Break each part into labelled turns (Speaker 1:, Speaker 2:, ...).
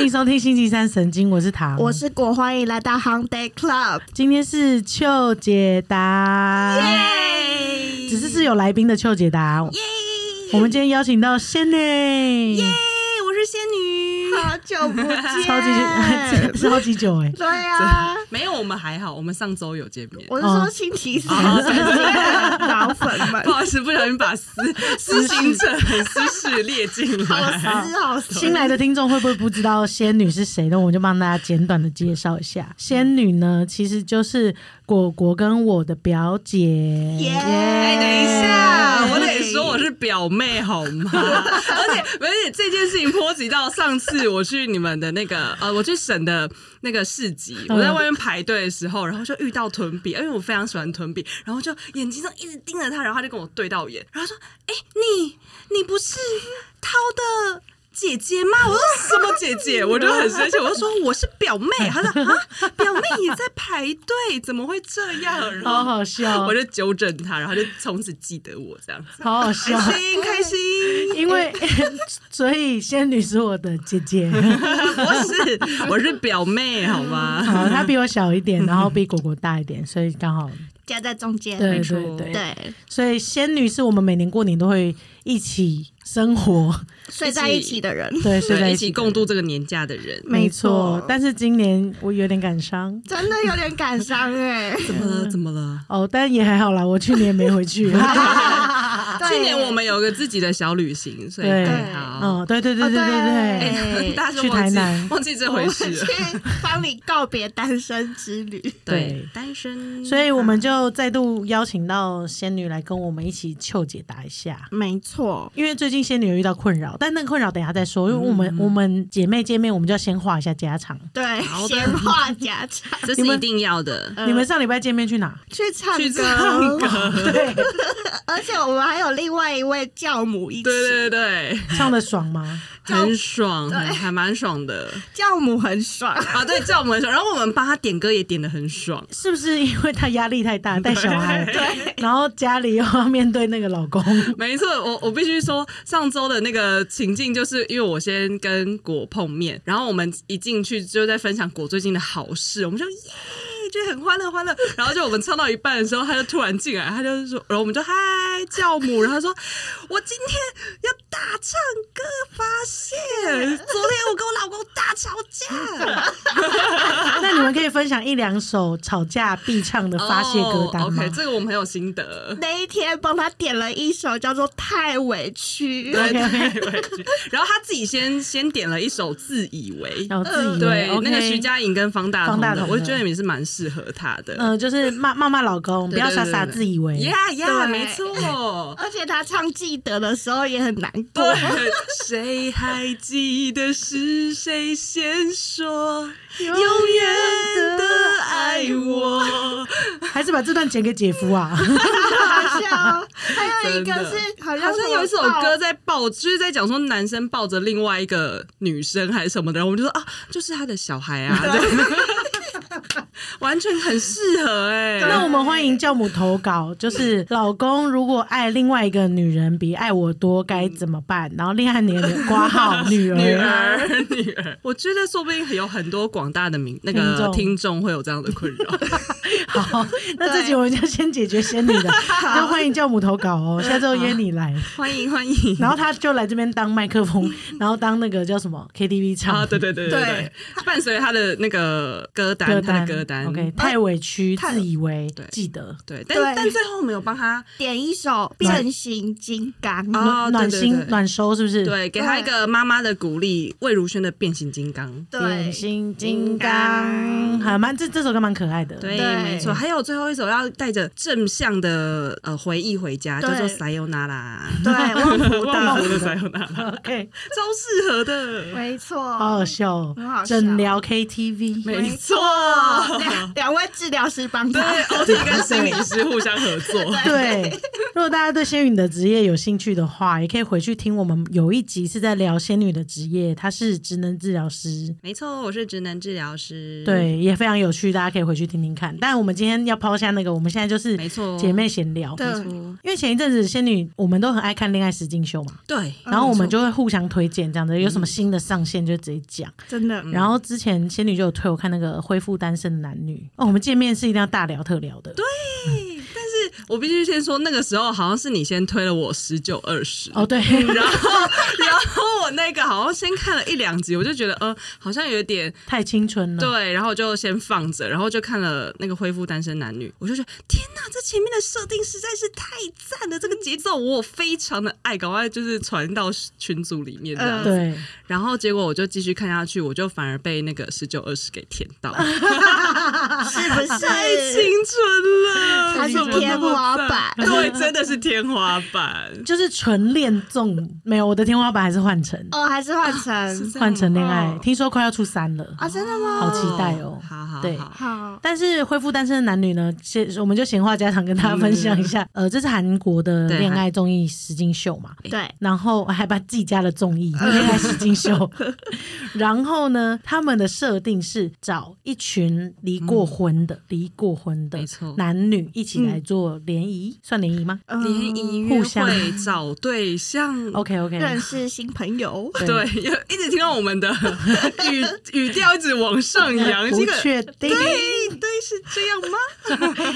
Speaker 1: 迎收听星期三神经，我是唐，
Speaker 2: 我是果，欢迎来到 Hung Day Club。
Speaker 1: 今天是邱解答，
Speaker 2: 耶
Speaker 1: 只是是有来宾的邱解答。
Speaker 2: 耶
Speaker 1: 我们今天邀请到仙内
Speaker 2: 耶，，我是仙女，好久不见，
Speaker 1: 超 级 超级久哎、
Speaker 2: 对啊，
Speaker 3: 没有，我们还好，我们上周有见面。
Speaker 2: 我是说星期三
Speaker 3: 哦
Speaker 2: 神经的老粉们
Speaker 3: 不，好意思，不小心把 私私行者和私事列进
Speaker 2: 好
Speaker 3: 来。
Speaker 2: 湿好湿，
Speaker 1: 新来的听众会不会不知道仙女是谁？那我就帮大家简短的介绍一下。仙女呢，其实就是果果跟我的表姐。
Speaker 2: 耶
Speaker 3: 哎，等一
Speaker 2: 哎
Speaker 3: 下，我得说我
Speaker 2: 是
Speaker 3: 是表妹好吗？而且，而且这件事情波及到上次我去你们的那个呃，我去省的那个市集，
Speaker 1: 嗯
Speaker 3: 我在外面排队的时候，然后就遇到屯比，因为我非常喜欢屯比，然后就眼睛上一直盯着他，然后他就跟我对到眼，然后说：“哎、你你不是涛的？”姐姐吗？我说什么姐姐？我就很生气，我就说我是表妹。他说啊，表妹也在排队，怎么会这样？然后
Speaker 1: 好好笑，
Speaker 3: 我就纠正他，然后他就从此记得我这样子。
Speaker 1: 好好笑。
Speaker 3: 开心开心，
Speaker 1: 因为 所以仙女是我的姐姐，
Speaker 3: 我是我是表妹，好吗？
Speaker 1: 好，她比我小一点，然后比果果大一点，所以刚好
Speaker 2: 夹在中 间，
Speaker 1: 对
Speaker 3: 没错
Speaker 1: 对对，
Speaker 2: 对，
Speaker 1: 所以仙女是我们每年过年都会一起生 活，
Speaker 2: 睡在一起的人，
Speaker 1: 对，睡在
Speaker 3: 对，一
Speaker 1: 起
Speaker 3: 起共度这个年假的人，
Speaker 1: 没错。但是今年我有点感伤
Speaker 2: 真的有点感伤哎。
Speaker 3: 怎么了？怎么了？
Speaker 1: 哦，但也还好啦，我去年没回 去。
Speaker 2: 对
Speaker 3: 去年我们有个自己的小旅行，所以
Speaker 1: 对
Speaker 3: 还好。哎
Speaker 1: 嗯，对对对对哦对对，
Speaker 2: 对
Speaker 3: 大家
Speaker 1: 去
Speaker 3: 就忘
Speaker 1: 台
Speaker 3: 记
Speaker 1: 南
Speaker 3: 忘记这
Speaker 2: 我
Speaker 3: 回
Speaker 2: 们
Speaker 3: 事了
Speaker 2: 去。帮你告别单身之旅。
Speaker 1: 对
Speaker 3: 对，单身，
Speaker 1: 所以我们就再度邀请到仙女来跟我们一起求解答一下。
Speaker 2: 没错，
Speaker 1: 因为最近仙女有遇到困扰，但那个困扰等一下再说。因为我们、我们姐妹见面，我们就要先画一下家常。
Speaker 2: 对
Speaker 3: 好，的
Speaker 2: 闲话家常，
Speaker 3: 这是一定要的。
Speaker 2: 呃
Speaker 1: 你们上礼拜见面去哪？
Speaker 2: 去唱
Speaker 3: 去唱
Speaker 2: 歌，
Speaker 3: 歌，
Speaker 1: 对，
Speaker 2: 而且我们还有另外一位教母一起，
Speaker 3: 对对对，
Speaker 1: 唱的爽吗？
Speaker 3: 很爽，很还蛮爽的
Speaker 2: 教母很爽，
Speaker 3: 啊！对，叫我们爽，然后我们帮他点歌也点的很爽，
Speaker 1: 是不是因为她压力太大，带小孩，对，然后家里又要面对那个老 公，
Speaker 3: 没错，我我必须说，上周的那个情境，就是因为我先跟果碰面，然后我们一进去就在分享果最近的好事，我们就耶，就很欢乐欢乐。然后就我们唱到一半的时候，他就突然进来，他就说，哦然后我们就嗨教母，然后他说我今天要大唱歌发泄，昨天我跟我老公大吵架，
Speaker 1: 那你们可以分享一两首吵架必唱的 发泄歌单
Speaker 3: 哦
Speaker 1: 吗
Speaker 3: OK，这个我们很有心得。
Speaker 2: 那一天帮他点了一首叫做《太委屈》，
Speaker 3: 对对对， 然后他自己先 先点了一首《哦自以为》，
Speaker 1: 然后自己
Speaker 3: 对
Speaker 1: o k
Speaker 3: 那个徐佳莹跟方大同
Speaker 1: 方大
Speaker 3: 的，
Speaker 1: 同的
Speaker 3: 我觉得也是蛮适合他的。
Speaker 1: 嗯、就是骂骂骂老公，不
Speaker 3: 对
Speaker 1: 要傻傻
Speaker 3: 对对对
Speaker 1: 自以为。
Speaker 3: 呀呀，
Speaker 2: 对
Speaker 3: 没错。
Speaker 2: 而且他唱《记得》的时候也很难过，
Speaker 3: 对，谁还记得是谁先说 永远的爱我？
Speaker 1: 还是把这段剪给姐夫 啊！
Speaker 2: 好笑哦。还有一个
Speaker 3: 真的
Speaker 2: 是好像
Speaker 3: 好像有一首
Speaker 2: 什么
Speaker 3: 歌在抱，就是在讲说男生抱着另外一个女生还是什么的，然后我们就说啊，就是他的小孩啊，这样 完全很适合哎、
Speaker 1: 那我们欢迎教母投稿，就是老公如果爱另外一个女人比爱我多，该怎么办？然后恋爱年的挂号女儿，
Speaker 3: 女儿，女儿，我觉得说不定有很多广大的民那
Speaker 1: 听
Speaker 3: 个
Speaker 1: 众
Speaker 3: 听众会有这样的困 扰。
Speaker 1: 好，那这集我们就先解决仙女 的，那欢迎教母投稿哦，下周约你来，
Speaker 3: 欢迎欢 迎
Speaker 1: 然后他就来这边当麦克 风，然后当那个叫什么 KTV 唱
Speaker 3: 啊！对对对对，伴随他的那个歌单，
Speaker 1: 歌
Speaker 3: 他
Speaker 1: 单
Speaker 3: 的歌单。
Speaker 1: ，OK，太委屈，
Speaker 2: 太
Speaker 1: 自以为
Speaker 3: 对，
Speaker 1: 记得
Speaker 3: 对，
Speaker 2: 对
Speaker 3: 但但最后我们有帮他
Speaker 2: 点一首《变形金刚》，
Speaker 3: 啊，对
Speaker 1: 暖
Speaker 3: 对
Speaker 1: 心
Speaker 3: 对
Speaker 1: 暖收是不是？，
Speaker 3: 对，给他一个妈妈的鼓励，魏如萱的《变形金刚》。
Speaker 2: 对
Speaker 1: 变，形金刚，还蛮这这首歌蛮可爱的，
Speaker 3: 对，
Speaker 2: 对
Speaker 3: 没错。还有最后一首要带着正向的呃回忆回家，
Speaker 2: 对
Speaker 3: 叫做《塞尤那 拉》，
Speaker 2: 对，旺福
Speaker 3: 旺
Speaker 2: 的，
Speaker 3: 福的塞尤那拉，
Speaker 1: ，OK，
Speaker 3: 超适合的，
Speaker 2: 没错，
Speaker 1: 好好笑哦
Speaker 2: 很好，笑
Speaker 1: 诊疗 KTV，
Speaker 3: 没错。
Speaker 2: 两两位治疗师帮
Speaker 3: 对
Speaker 2: 他，
Speaker 3: ，OT 跟心理师互相合 作。
Speaker 1: 对，如果大家对仙女的职业有兴趣的话，也可以回去听我们有一集是在聊仙女的职业，她是职能治疗师，
Speaker 3: 没错，我是职能治疗师。
Speaker 1: 对，也非常有趣，大家可以回去听听看。但我们今天要抛下那个，我们现在就是
Speaker 3: 没错
Speaker 1: 姐妹闲聊。
Speaker 2: 对
Speaker 1: 因为前一阵子仙女我们都很爱看恋爱实境秀嘛，
Speaker 3: 对，
Speaker 1: 然后我们
Speaker 3: 嗯没错嗯
Speaker 1: 就会互相推荐这样子，有什么新的上线就直接讲。
Speaker 2: 真的，
Speaker 1: 然后之前仙女就有推我看那个恢复单身的男女哦，我们见面是一定要大聊特聊的。对
Speaker 3: 我必须先说，那个时候好像是你先推了我十九二十。
Speaker 1: 哦，对，
Speaker 3: 然后， 然后我那个好像先看了一两集，我就觉得，呃，好像有点
Speaker 1: 太青春了。
Speaker 3: 对，然后就先放着，然后就看了那个恢复单身男女，我就觉得天哪，这前面的设定实在是太赞了，这个节奏我非常的爱，赶快就是传到群组里面这样
Speaker 1: 嗯
Speaker 3: 子。
Speaker 1: 对，
Speaker 3: 然后结果我就继续看下去，我就反而被那个十九二十给甜到，
Speaker 2: 是不
Speaker 3: 太青
Speaker 2: 是？
Speaker 3: 春了，
Speaker 2: 它是
Speaker 3: 怎么那么
Speaker 2: 天花
Speaker 3: 赞
Speaker 2: 板
Speaker 3: 对，真的是天花板。
Speaker 1: 就是纯恋综，没有我的天花板还是换成
Speaker 2: 哦，还是换
Speaker 3: 是
Speaker 2: 成
Speaker 3: 这样
Speaker 1: 嗯换成恋
Speaker 3: 吗
Speaker 1: 爱，听说快要出三了
Speaker 2: 啊？，真的吗？
Speaker 1: 好期待哦
Speaker 3: 好好
Speaker 1: 对
Speaker 3: 好
Speaker 2: 好，
Speaker 1: 但是恢复单身的男女呢，先我们就闲话家常跟大家分享一下，呃，这是韩国的
Speaker 3: 嗯对
Speaker 1: 恋爱综艺实境秀嘛，
Speaker 2: 对，
Speaker 1: 然后还把自己家的综艺
Speaker 3: 嗯
Speaker 1: 恋爱实境 秀，然后呢，他们的设定是找一群离过婚的、离过婚的
Speaker 3: 嗯没错嗯
Speaker 1: 男女一起来做联谊，算联谊吗
Speaker 2: 嗯
Speaker 3: 联谊
Speaker 1: 互
Speaker 3: 约
Speaker 1: 相
Speaker 3: 会找对象。
Speaker 1: ？OK OK，
Speaker 2: 认识新朋友，
Speaker 3: 对，有一直听到我们 的语语调一直往上扬，
Speaker 1: 不
Speaker 3: 这个
Speaker 1: 确定。
Speaker 3: 对对是这样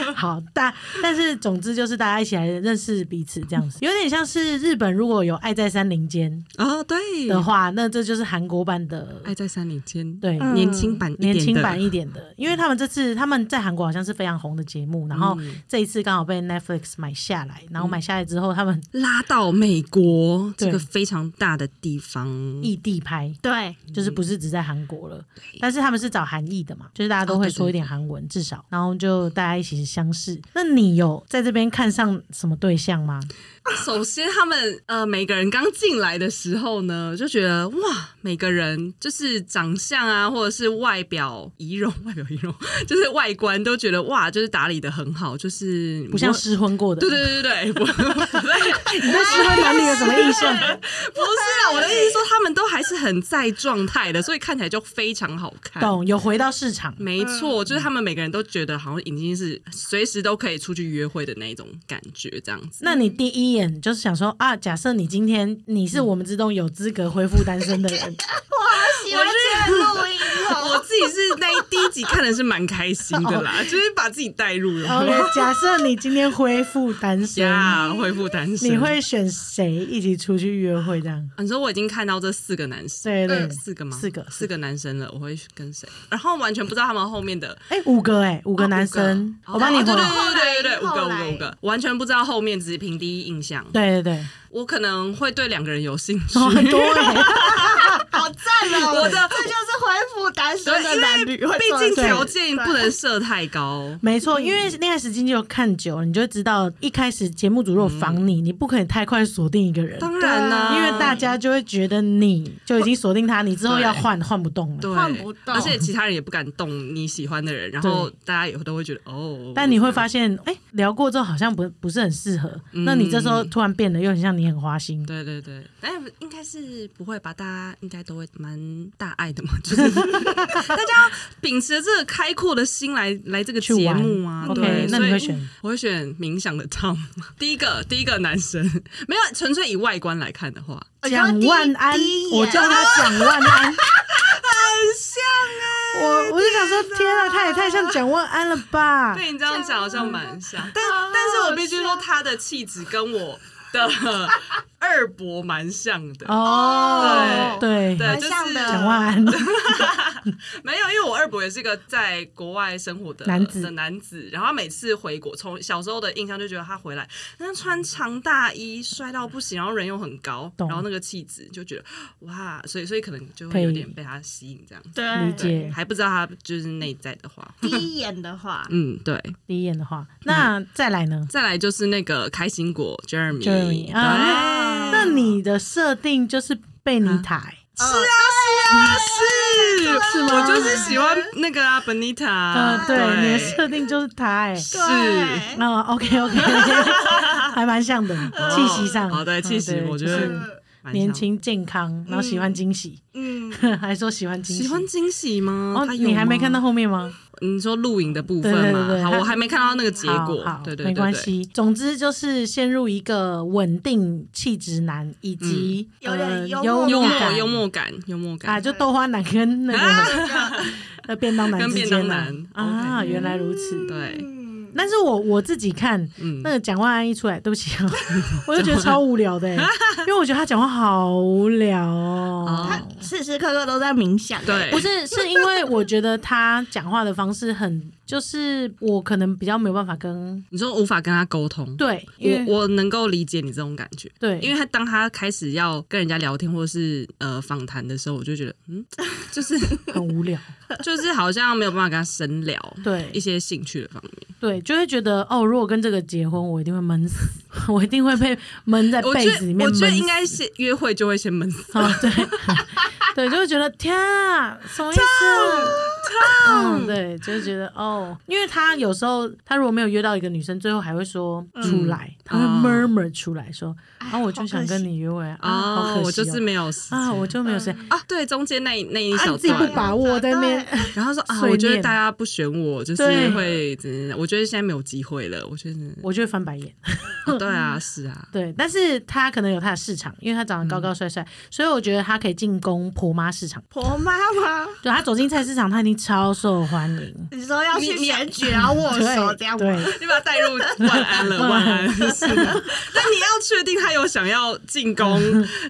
Speaker 3: 吗？
Speaker 1: 好，但但是总之就是大家一起来认识彼此这样子，有点像是日本如果有爱在山林间
Speaker 3: 哦，对，
Speaker 1: 的话，那这就是韩国版的
Speaker 3: 爱在山林间，
Speaker 1: 对。
Speaker 2: 嗯
Speaker 3: 年轻版一点
Speaker 1: 年
Speaker 3: 的
Speaker 1: 轻版一点的，因为他们这次他们在韩国好像是非常红的节目，然后这一次刚好被 Netflix 买下来，然后买下来之后，他们
Speaker 3: 拉到美国
Speaker 1: 对
Speaker 3: 这个非常大的地方，
Speaker 1: 异地拍，
Speaker 2: 对，
Speaker 1: 就是不是只在韩国了，但是他们是找韩裔的嘛，就是大家都会说一点韩文至少，然后就大家一起相识。那你有在这边看上什么对象吗？
Speaker 3: 首先，他们呃每个人刚进来的时候呢，就觉得哇，每个人就是长相啊，或者是外表仪容， 外表仪容就是外观都觉得哇，就是打理的很好，就是
Speaker 1: 不像失婚过的，
Speaker 3: 对对对对对，不
Speaker 1: 你对失婚男女有什么印象？
Speaker 3: 不是啊，我的意思是说，他们都还是很在状态的，所以看起来就非常好看。
Speaker 1: 懂，有回到市场。
Speaker 3: 没错，就是他们每个人都觉得好像已经是随时都可以出去约会的那一种感觉，这样子。
Speaker 1: 那你第一眼就是想说啊，假设你今天你是我们之中有资格恢复单身的人，
Speaker 2: 喜欢这个录音
Speaker 3: 我
Speaker 2: 哦，
Speaker 3: 自己是那一第一集看的是蛮开心的啦，哦就是把自己带入 了
Speaker 1: OK，假设你今天恢复单身，
Speaker 3: 呀，恢复单身。
Speaker 1: 你会选谁一起出去约会？这样？
Speaker 3: 啊？你说我已经看到这四个男生，
Speaker 1: 对对
Speaker 3: 呃，四个吗？
Speaker 1: 四个
Speaker 3: 四个男生了，我会跟谁？然后完全不知道他们后面的
Speaker 1: 哎、五个哎、五
Speaker 3: 哦
Speaker 1: 个男生，我帮你
Speaker 3: 哦
Speaker 1: 回
Speaker 3: 对对
Speaker 1: 来。
Speaker 3: 对对对对，五
Speaker 2: 后
Speaker 3: 个
Speaker 2: 来
Speaker 3: 五个五个，完全不知道后面，只是凭第一印象。
Speaker 1: 对对对，
Speaker 3: 我可能会对两个人有兴趣，
Speaker 1: 哦，很多哎、
Speaker 2: 好赞哦！
Speaker 3: 我的
Speaker 2: 这就是恢复单身
Speaker 3: 对
Speaker 2: 的男女
Speaker 3: 因为
Speaker 2: 会做
Speaker 3: 毕
Speaker 2: 的事，
Speaker 3: 竟条件不能设太高。
Speaker 1: 没错，因为恋爱时间就看久了，你就会知道一开始节目组如果防你，你不可以太快锁定一个人，
Speaker 3: 当然啦、
Speaker 1: 因为大家就会觉得你就已经锁定他，你之后要换换不动了。
Speaker 3: 对
Speaker 2: 换不到
Speaker 3: 而且其他人也不敢动你喜欢的人，然后大家以后都会觉得哦。
Speaker 1: 但你会发现，哎、聊过之后好像不不是很适合，那你这时候突然变得又很像你很花心，
Speaker 3: 对对对，但应该是不会吧？大家应该都会蛮大爱的嘛， 就是大家要秉持着这个开阔的心来来这个
Speaker 1: 去
Speaker 3: 节
Speaker 1: 玩
Speaker 3: 目啊。
Speaker 1: OK，
Speaker 3: 对
Speaker 1: 那你会
Speaker 3: 所以
Speaker 1: 选
Speaker 3: 我会选冥想的 Tom，第一 个第一个男生，没有纯粹以外观来看的话，
Speaker 2: 哎
Speaker 1: 蒋万安
Speaker 2: 第一，眼
Speaker 1: 我叫
Speaker 3: 啊
Speaker 1: 他蒋万 安。
Speaker 3: 像
Speaker 1: 我我就想说，天啊，他也太像蒋万安了吧？
Speaker 3: 被你这样讲好像蛮像，但但是我必须说他的气质跟我的 二伯蛮像的。
Speaker 1: 哦，对
Speaker 3: 对，
Speaker 2: 蛮
Speaker 3: 就是
Speaker 2: 像的
Speaker 1: 蒋万安，
Speaker 3: 没有，因为我二伯也是个在国外生活的
Speaker 1: 男子
Speaker 3: 的男子，然后他每次回国，从小时候的印象就觉得他回来，他穿长大衣帅到不行，然后人又很高，
Speaker 1: 懂
Speaker 3: 然后那个气质就觉得哇，所以所以可能就
Speaker 1: 可
Speaker 3: 会
Speaker 1: 以
Speaker 3: 有点被他吸引这样子，
Speaker 2: 对
Speaker 1: 理解
Speaker 3: 还不知道他就是内在的话，
Speaker 2: 第一眼的话，
Speaker 3: 嗯，对。
Speaker 1: 第一眼的话，
Speaker 3: 嗯
Speaker 1: 那再来呢
Speaker 3: 再来就是那个开心果 Jeremy，,
Speaker 1: ？Jeremy 啊，那你的设定就是贝尼塔欸，
Speaker 2: 是啊，
Speaker 3: 是
Speaker 1: 是吗
Speaker 3: 我就是喜欢那个啊 Benita，
Speaker 1: 嗯，对，你的
Speaker 3: 对，
Speaker 1: 设定就是他哎。
Speaker 3: 是
Speaker 2: 对
Speaker 1: 那 OK OK，还 蛮像的，气息上。
Speaker 3: 哦对
Speaker 1: 嗯
Speaker 3: 气息我觉
Speaker 1: 就
Speaker 3: 得
Speaker 1: 是
Speaker 3: 蛮像
Speaker 1: 年轻健康，然后喜欢惊喜，
Speaker 2: 嗯，
Speaker 1: 还说喜欢惊喜。
Speaker 3: 喜欢惊喜吗？
Speaker 1: 哦，
Speaker 3: 他有吗
Speaker 1: 你还没看到？后面吗？
Speaker 3: 你说录影的部分
Speaker 1: 对对
Speaker 3: 嘛，
Speaker 1: 对对
Speaker 3: 好，
Speaker 1: 它
Speaker 3: 我还没看到那个结果
Speaker 1: 好好，
Speaker 3: 对对对，
Speaker 1: 没关
Speaker 3: 对。
Speaker 1: 系。总之就是陷入一个稳定气质男以及、
Speaker 2: 有
Speaker 1: 呃
Speaker 2: 点幽
Speaker 1: 幽
Speaker 2: 默
Speaker 3: 嗯幽默
Speaker 1: 感
Speaker 3: 幽默感，幽默感
Speaker 1: 啊，就豆花男跟那个、 呃便当男
Speaker 3: 啊跟
Speaker 1: 之
Speaker 3: 便
Speaker 1: 间
Speaker 3: 当
Speaker 1: 啊
Speaker 3: 男
Speaker 1: 啊，
Speaker 3: OK
Speaker 1: 原来如此。
Speaker 3: 对，
Speaker 2: 嗯
Speaker 1: 但是我我自己看
Speaker 3: 嗯
Speaker 1: 那，个蒋万安一出来，对不 起、哦，我就觉得超无聊的欸、因为我觉得他讲话好无聊哦。
Speaker 3: 哦
Speaker 2: 时时刻刻都在冥想。哎
Speaker 3: 对，
Speaker 1: 不是，是因为我觉得他讲话的方式很，就是我可能比较没有办法跟
Speaker 3: 你说无法跟他沟通，
Speaker 1: 对，因为
Speaker 3: 我我能够理解你这种感觉，
Speaker 1: 对，
Speaker 3: 因为他当他开始要跟人家聊天或者是呃访谈的时候，我就觉得嗯，就是
Speaker 1: 很无聊，
Speaker 3: 就是好像没有办法跟他深聊
Speaker 1: 对
Speaker 3: 一些兴趣的方面。
Speaker 1: 对，就会觉得哦，如果跟这个结婚，我一定会闷死， 我一定会 被闷在
Speaker 3: 我
Speaker 1: 被
Speaker 3: 觉
Speaker 1: 子里
Speaker 3: 得
Speaker 1: 面
Speaker 3: 我
Speaker 1: 闷
Speaker 3: 觉
Speaker 1: 死。
Speaker 3: 得应该先约会就会先闷死，
Speaker 1: 哦，对， 对，就会觉得天啊，什么意思？嗯，对，就是觉得哦，因为他有时候他如果没有约到一个女生，最后还会说
Speaker 3: 嗯
Speaker 1: 出来，他会
Speaker 3: 啊
Speaker 1: murmur 出来说，
Speaker 2: 哎
Speaker 1: 啊，我就想跟
Speaker 2: 好可惜
Speaker 1: 你约会啊，啊好
Speaker 3: 哦，
Speaker 1: 可惜哦
Speaker 3: 我就是没有时间
Speaker 1: 啊，我就没有谁，
Speaker 3: 啊，对，中间那一那一
Speaker 1: 啊，
Speaker 3: 小
Speaker 1: 你自己
Speaker 3: 段，
Speaker 1: 不把握在那边，
Speaker 3: 然后说啊，
Speaker 1: 碎念
Speaker 3: 我觉得大家不选我，就是
Speaker 1: 对
Speaker 3: 会怎样？我觉得现在没有机会了，我觉 得
Speaker 1: 我就会翻白眼。
Speaker 3: 啊对啊，是啊，
Speaker 1: 对，但是他可能有他的市场，因为他长得高高帅帅，所以我觉得他可以进攻婆妈市场。
Speaker 2: 婆妈妈，
Speaker 1: 对他走进菜市场，他一定超受欢迎。
Speaker 2: 你说要去
Speaker 3: 你你
Speaker 2: 选举，然后握手
Speaker 1: 对
Speaker 2: 这样吗？
Speaker 1: 对，
Speaker 3: 你把他带入万安了，万安 是的。但你要确定他有想要进攻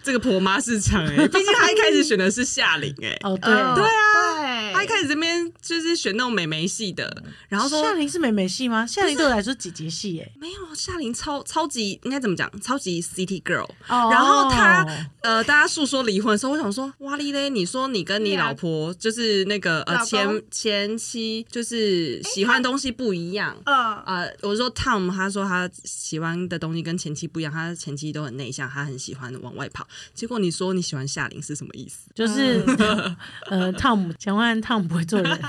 Speaker 3: 这个婆妈市场 哎、毕竟他一开始选的是夏琳哎、
Speaker 1: 哦对，
Speaker 2: 嗯对啊
Speaker 3: 他一开始这边就是选那种美眉系的，然后说
Speaker 1: 夏琳是美美系吗？夏琳对我来说姐姐系哎、
Speaker 3: 没有夏琳超超级应该怎么讲，超级 City Girl。
Speaker 1: 哦
Speaker 3: 然后他呃，大家诉说离婚的时候，我想说，哇哩嘞，你说你跟你
Speaker 2: 对啊
Speaker 3: 老婆就是那个呃
Speaker 2: 老公
Speaker 3: 前前妻，就是
Speaker 1: 哎
Speaker 3: 喜欢的东西不一样，
Speaker 2: 嗯，
Speaker 3: 呃，我说 Tom，他说他喜欢的东西跟前妻不一样，他前妻都很内向，他很喜欢往外跑。结果你说你喜欢夏琳是什么意思？
Speaker 1: 就是、 呃，汤姆，想问汤姆不会做 人，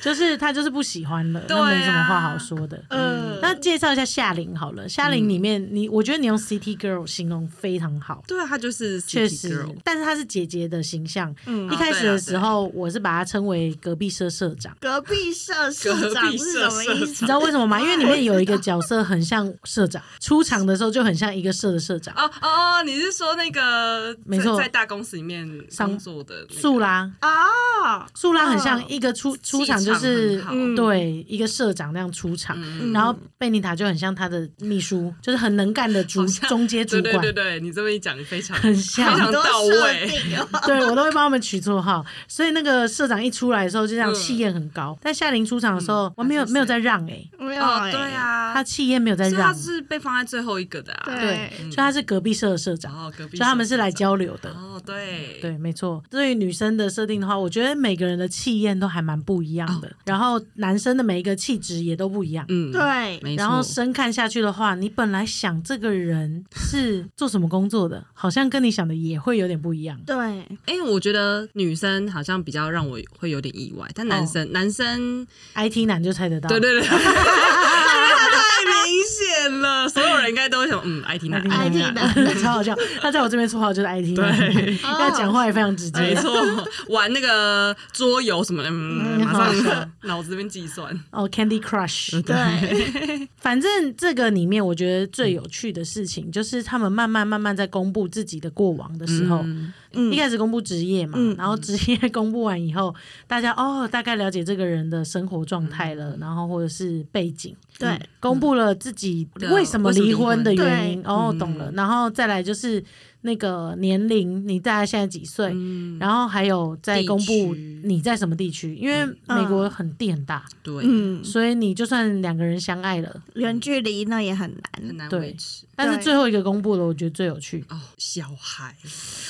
Speaker 1: 就是他就是不喜欢了，那
Speaker 3: 对
Speaker 1: 没什么话
Speaker 3: 啊
Speaker 1: 好说的。
Speaker 2: 嗯
Speaker 1: 那介绍一下夏琳好了，夏琳里面、你，我觉得你用 City Girl 形容非常好。
Speaker 3: 对啊，他就是
Speaker 1: 确
Speaker 3: City
Speaker 1: 实
Speaker 3: Girl，，
Speaker 1: 但是她是姐姐的形象。
Speaker 2: 嗯
Speaker 1: 一开始的
Speaker 3: 哦对啊
Speaker 1: 时候，我是把她称为隔壁社社长，
Speaker 2: 隔壁社社长是什么
Speaker 3: 隔
Speaker 2: 意
Speaker 3: 壁
Speaker 1: 你
Speaker 2: 思
Speaker 1: 知？道为什么吗？因为里面有 一个角色很像社长，出场的时候就很像一个社的社长，
Speaker 3: 哦哦，哦你是说那个
Speaker 1: 没错
Speaker 3: 在在大公司里面
Speaker 1: 上
Speaker 3: 工作的那个
Speaker 1: 素拉。
Speaker 2: 哦，
Speaker 1: 素拉很像
Speaker 2: 哦
Speaker 1: 一个出出
Speaker 3: 气
Speaker 1: 场就
Speaker 3: 场
Speaker 1: 是
Speaker 3: 很好
Speaker 1: 嗯对一个社长那样出场，
Speaker 3: 嗯
Speaker 1: 然后贝妮塔就很像他的秘书，就是很能干的主
Speaker 3: 好像
Speaker 1: 中阶主
Speaker 3: 对
Speaker 1: 管，
Speaker 3: 对对对，你这么一讲非常
Speaker 1: 很像
Speaker 3: 非常
Speaker 2: 很多
Speaker 3: 到
Speaker 2: 设
Speaker 3: 位。
Speaker 2: 定 哦，
Speaker 1: 对我都会帮他们取绰号。所以那个社长一出来的时候，就这样
Speaker 3: 嗯
Speaker 1: 气焰很高。但夏琳出场的时候，我没有
Speaker 3: 他是谁
Speaker 1: 没有在让哎，
Speaker 2: 没有
Speaker 3: 哦，
Speaker 2: 欸
Speaker 3: 对，啊，
Speaker 1: 他气焰没有在
Speaker 3: 所以他
Speaker 1: 让，
Speaker 3: 是被放在最后一个的啊。
Speaker 1: 对
Speaker 2: 对，
Speaker 1: 所以他是隔壁社的社
Speaker 3: 然
Speaker 1: 长，
Speaker 3: 后隔壁
Speaker 1: 所以他们是来
Speaker 3: 社长
Speaker 1: 交流的。
Speaker 3: 哦，对
Speaker 1: 对，没错。对于女生的设定的话，我觉得每个人的气焰都还蛮不一样的，然后男生的每一个气质也都不一样。
Speaker 3: 啊嗯
Speaker 2: 对，
Speaker 3: 没
Speaker 1: 然后
Speaker 3: 错
Speaker 1: 深看下去的话，你本来想这个人是做什么工作的，好像跟你想的也会有点不一样。
Speaker 2: 对，
Speaker 3: 哎、我觉得女生好像比较让我会有点意外，但
Speaker 1: 哦
Speaker 3: 男生、男生，
Speaker 1: IT 男就猜得到，
Speaker 3: 对对对， 因为他太明显了，所有人应该都会想，嗯，IT 男
Speaker 1: IT，
Speaker 2: 男
Speaker 1: IT 男 超好笑。他在我这边绰号就是 IT 男，
Speaker 3: 对
Speaker 1: 他讲话也非常直
Speaker 3: 没
Speaker 1: 接。
Speaker 3: 错，玩那个桌游什么的，嗯，
Speaker 1: 嗯
Speaker 3: 马
Speaker 1: 好笑
Speaker 3: 上脑子这边计算，
Speaker 1: 哦，Candy Crush，
Speaker 2: 对，
Speaker 1: 反正这个里面我觉得最有趣的事情，就是他们慢慢慢慢在公布自己的过往的时候，
Speaker 3: 嗯
Speaker 1: 一开始公布职业嘛，
Speaker 2: 嗯
Speaker 1: 然后职业公布完以后，大家哦大概了解这个人的生活状态了，然后或者是背景，
Speaker 2: 嗯
Speaker 1: 嗯
Speaker 2: 对，
Speaker 1: 公布了自己
Speaker 3: 对
Speaker 1: 为什么离婚的
Speaker 2: 为什么离婚嗯
Speaker 1: 原因，哦懂了，然后再来就是那个年龄，你大概现在几岁，
Speaker 3: 嗯，
Speaker 1: 然后还有再公布
Speaker 3: 地区
Speaker 1: 你在什么地区，因为美国很地很大，
Speaker 3: 对，
Speaker 2: 嗯，
Speaker 1: 所以你就算两个人相爱了，
Speaker 2: 远距离那也很难
Speaker 3: 很，难
Speaker 1: 对
Speaker 3: 维持。
Speaker 1: 但是最后一个公布了，我觉得最有趣，
Speaker 3: 哦，小 孩，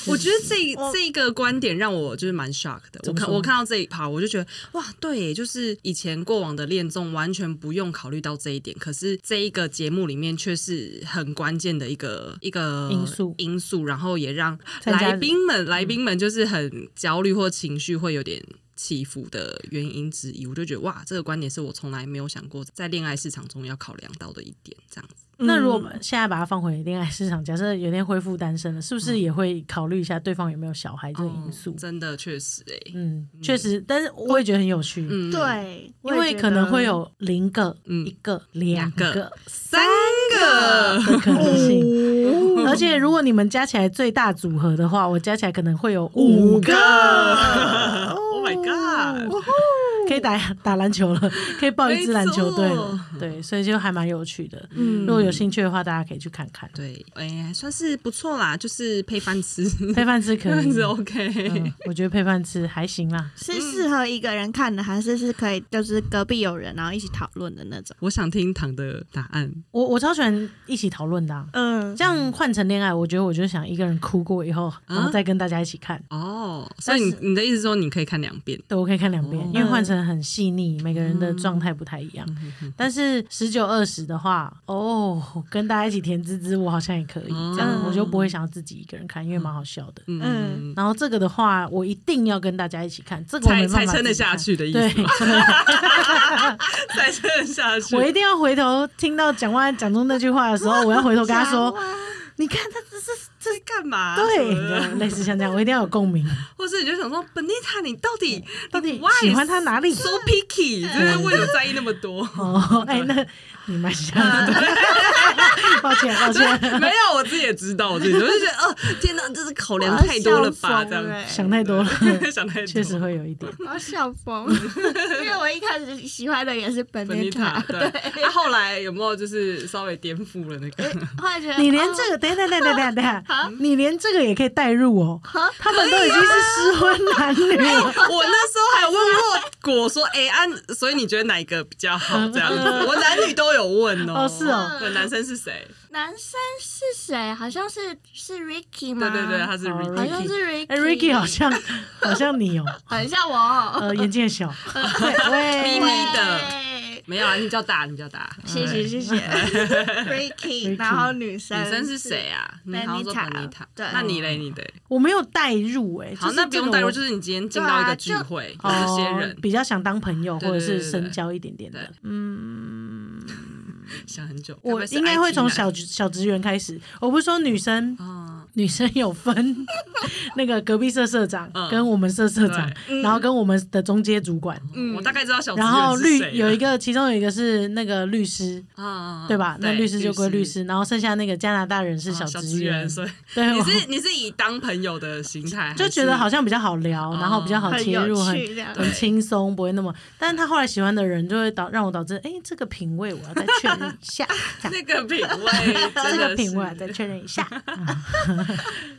Speaker 3: 我觉得这
Speaker 2: 我
Speaker 3: 这个观点让我就是蛮 shock 的。我
Speaker 1: 哦么
Speaker 3: 看
Speaker 1: 说
Speaker 3: 我看到这一趴，我就觉得哇，对耶，就是以前过往的恋综完全不用考虑到这一点，可是这一个节目里面却是很关键的一个一个
Speaker 1: 因素
Speaker 3: 因素，然后也让
Speaker 1: 参加
Speaker 3: 来宾们来宾们就是很焦虑或情绪会有点。起伏的原因之一，我就觉得哇，这个观点是我从来没有想过在恋爱市场中要考量到的一点，这样子。
Speaker 1: 那如果我们现在把它放回恋爱市场，假设有一天恢复单身了，是不是也会考虑一下对方有没有小孩这个因素
Speaker 3: 哦？真的确实哎、
Speaker 1: 嗯，确实，但是我也觉得很有趣，
Speaker 3: 嗯，，
Speaker 2: 对，
Speaker 1: 因为可能会有零个、
Speaker 3: 嗯
Speaker 1: 一个、两
Speaker 3: 两
Speaker 1: 个
Speaker 3: 个、三个
Speaker 1: 的可能性。
Speaker 2: 五
Speaker 1: 而且如果你们加起来最大组合的话，我加起来可能会有五个，
Speaker 3: ，Oh my god！
Speaker 1: 可以打打篮球了，可以报一支篮球队了
Speaker 3: 没。
Speaker 1: 对，所以就还蛮有趣的。
Speaker 2: 嗯
Speaker 1: 如果有兴趣的话，大家可以去看看。
Speaker 3: 对，哎、还算是不错啦，就是配 饭吃，
Speaker 1: 配饭吃可
Speaker 3: 这样
Speaker 1: 以
Speaker 3: 子，OK。
Speaker 1: 嗯， 我觉得配饭吃还行啦。
Speaker 2: 是适合一个人看的，还是是可以就是隔壁有人然后一起讨论的那种？
Speaker 3: 我想听唐的答案，
Speaker 1: 我我超喜欢一起讨论的、啊。
Speaker 2: 嗯，
Speaker 1: 这样换成恋爱，我觉得我就想一个人哭过以后，
Speaker 3: 嗯
Speaker 1: 然后再跟大家一起看。
Speaker 3: 哦，所以你你的意思说你可以看两遍，
Speaker 1: 对，我可以看两遍，
Speaker 3: 哦嗯
Speaker 1: 因为换成很细腻，每个人的状态不太一样。但是十九二十的话，哦，跟大家一起甜滋滋，我好像也可以，
Speaker 3: 哦
Speaker 1: 这样我就不会想要自己一个人看，因为蛮好笑的。
Speaker 3: 嗯，
Speaker 1: 然后这个的话，我一定要跟大家一起看，这个我
Speaker 3: 才
Speaker 1: 没办
Speaker 3: 才
Speaker 1: 法
Speaker 3: 撑得
Speaker 1: 自己
Speaker 3: 下
Speaker 1: 看。
Speaker 3: 去的意
Speaker 1: 对
Speaker 3: 思，，才撑得下 去。
Speaker 1: 我一定要回头听到蒋万安讲出那句话的时候，我要回头跟他说
Speaker 3: 啊
Speaker 2: 讲话：“
Speaker 1: 你看他这是
Speaker 3: 这干嘛？啊什么的
Speaker 1: 对，类似像这样，我一定要有共鸣。
Speaker 3: 或是你就想说，Benita，你 到底
Speaker 1: 到底
Speaker 3: why
Speaker 1: 喜欢他哪里？
Speaker 3: so picky，就是为什么在意那么多？
Speaker 1: 哦，哎，那你蛮像的。
Speaker 3: 啊
Speaker 1: 抱歉，抱歉，
Speaker 3: 没有，我自己也知道，我自己我就觉得，哦，天哪，这是考量太多了吧？
Speaker 2: 我要笑疯
Speaker 3: 这样
Speaker 2: 了
Speaker 1: 想欸太多了，
Speaker 3: 想太多，
Speaker 1: 确实会有一点。
Speaker 3: 哦
Speaker 2: 我要笑疯， 因为我一开始喜欢的也是本
Speaker 3: 本
Speaker 2: 尼
Speaker 3: 尼塔
Speaker 2: 塔，
Speaker 3: 对，他啊后来有没有就是稍微颠覆了那 个？
Speaker 2: 后来觉得
Speaker 1: 你连
Speaker 2: 哦
Speaker 1: 这个，等一下等一下等一下等一 下，你连这个也可以带入哦。他们都已经是失婚男女
Speaker 3: 哎
Speaker 1: 了，
Speaker 3: 我那时候还有问过果说，哎、安、所以你觉得哪一个比较好？这样子， 我男女都有问哦。
Speaker 1: 哦是哦
Speaker 3: 对，男生是谁？
Speaker 2: 男生是谁？好像是是 Ricky 吗？
Speaker 3: 对对对，他是
Speaker 1: 哦
Speaker 3: Ricky。
Speaker 2: 啊好像是 Ricky，
Speaker 1: 哎，Ricky 好像好像你哦，
Speaker 2: 很像我哦，
Speaker 1: 呃，眼睛很小，
Speaker 3: 咪
Speaker 1: 喂
Speaker 3: 咪
Speaker 1: 喂，
Speaker 3: 的
Speaker 2: 对
Speaker 3: 没有啊，你比较大，你比较大。
Speaker 2: 谢谢 谢谢 Ricky，然后女生
Speaker 3: 女生是？谁啊？你好像说
Speaker 2: Benita
Speaker 3: 本尼塔。
Speaker 2: 对
Speaker 3: 那你嘞，你的。
Speaker 1: 我没有带入哎，
Speaker 3: 好，
Speaker 1: 就是
Speaker 3: 那不用
Speaker 1: 这个
Speaker 3: 带入，
Speaker 1: 我
Speaker 3: 就是你今天进到一个聚
Speaker 2: 对啊就
Speaker 3: 会，有
Speaker 1: 哦
Speaker 3: 这些人
Speaker 1: 比较想当朋友
Speaker 3: 对
Speaker 1: 或
Speaker 3: 对
Speaker 1: 者
Speaker 3: 对
Speaker 1: 是
Speaker 3: 对
Speaker 1: 深
Speaker 3: 对
Speaker 1: 交一点点
Speaker 3: 对
Speaker 1: 的，嗯。
Speaker 3: 想很久。
Speaker 1: 我应该会从小职小职员开始。我不是说女生，
Speaker 3: 啊，
Speaker 1: 女生有分 那个隔壁社社长
Speaker 3: 嗯
Speaker 1: 跟我们社社长，
Speaker 2: 嗯
Speaker 1: 然后跟我们的中阶主管，
Speaker 3: 嗯，我大概知道小职
Speaker 1: 然后
Speaker 3: 员是谁啊
Speaker 1: 律
Speaker 3: 了。
Speaker 1: 有一个，其中有一个是那个律师。
Speaker 3: 啊，
Speaker 1: 对吧？那律师就归律师，然后剩下那个加拿大人是
Speaker 3: 啊小
Speaker 1: 职
Speaker 3: 员，所以
Speaker 1: 对，
Speaker 3: 你
Speaker 1: 我
Speaker 3: 是你是以当朋友的形态，
Speaker 1: 就
Speaker 3: 还
Speaker 1: 觉
Speaker 3: 是
Speaker 1: 得好像比较好
Speaker 3: 哦
Speaker 1: 聊，然后比较好
Speaker 2: 很
Speaker 1: 切
Speaker 2: 有
Speaker 1: 入，很
Speaker 2: 趣这 样
Speaker 1: 很轻松，不会那么。但是他后来喜欢的人就会导让我导致，哎，这个品味我要再确认一下，这样
Speaker 3: 那个品味，
Speaker 1: 这
Speaker 3: 真的
Speaker 1: 个
Speaker 3: 是
Speaker 1: 品味我要再确认一下。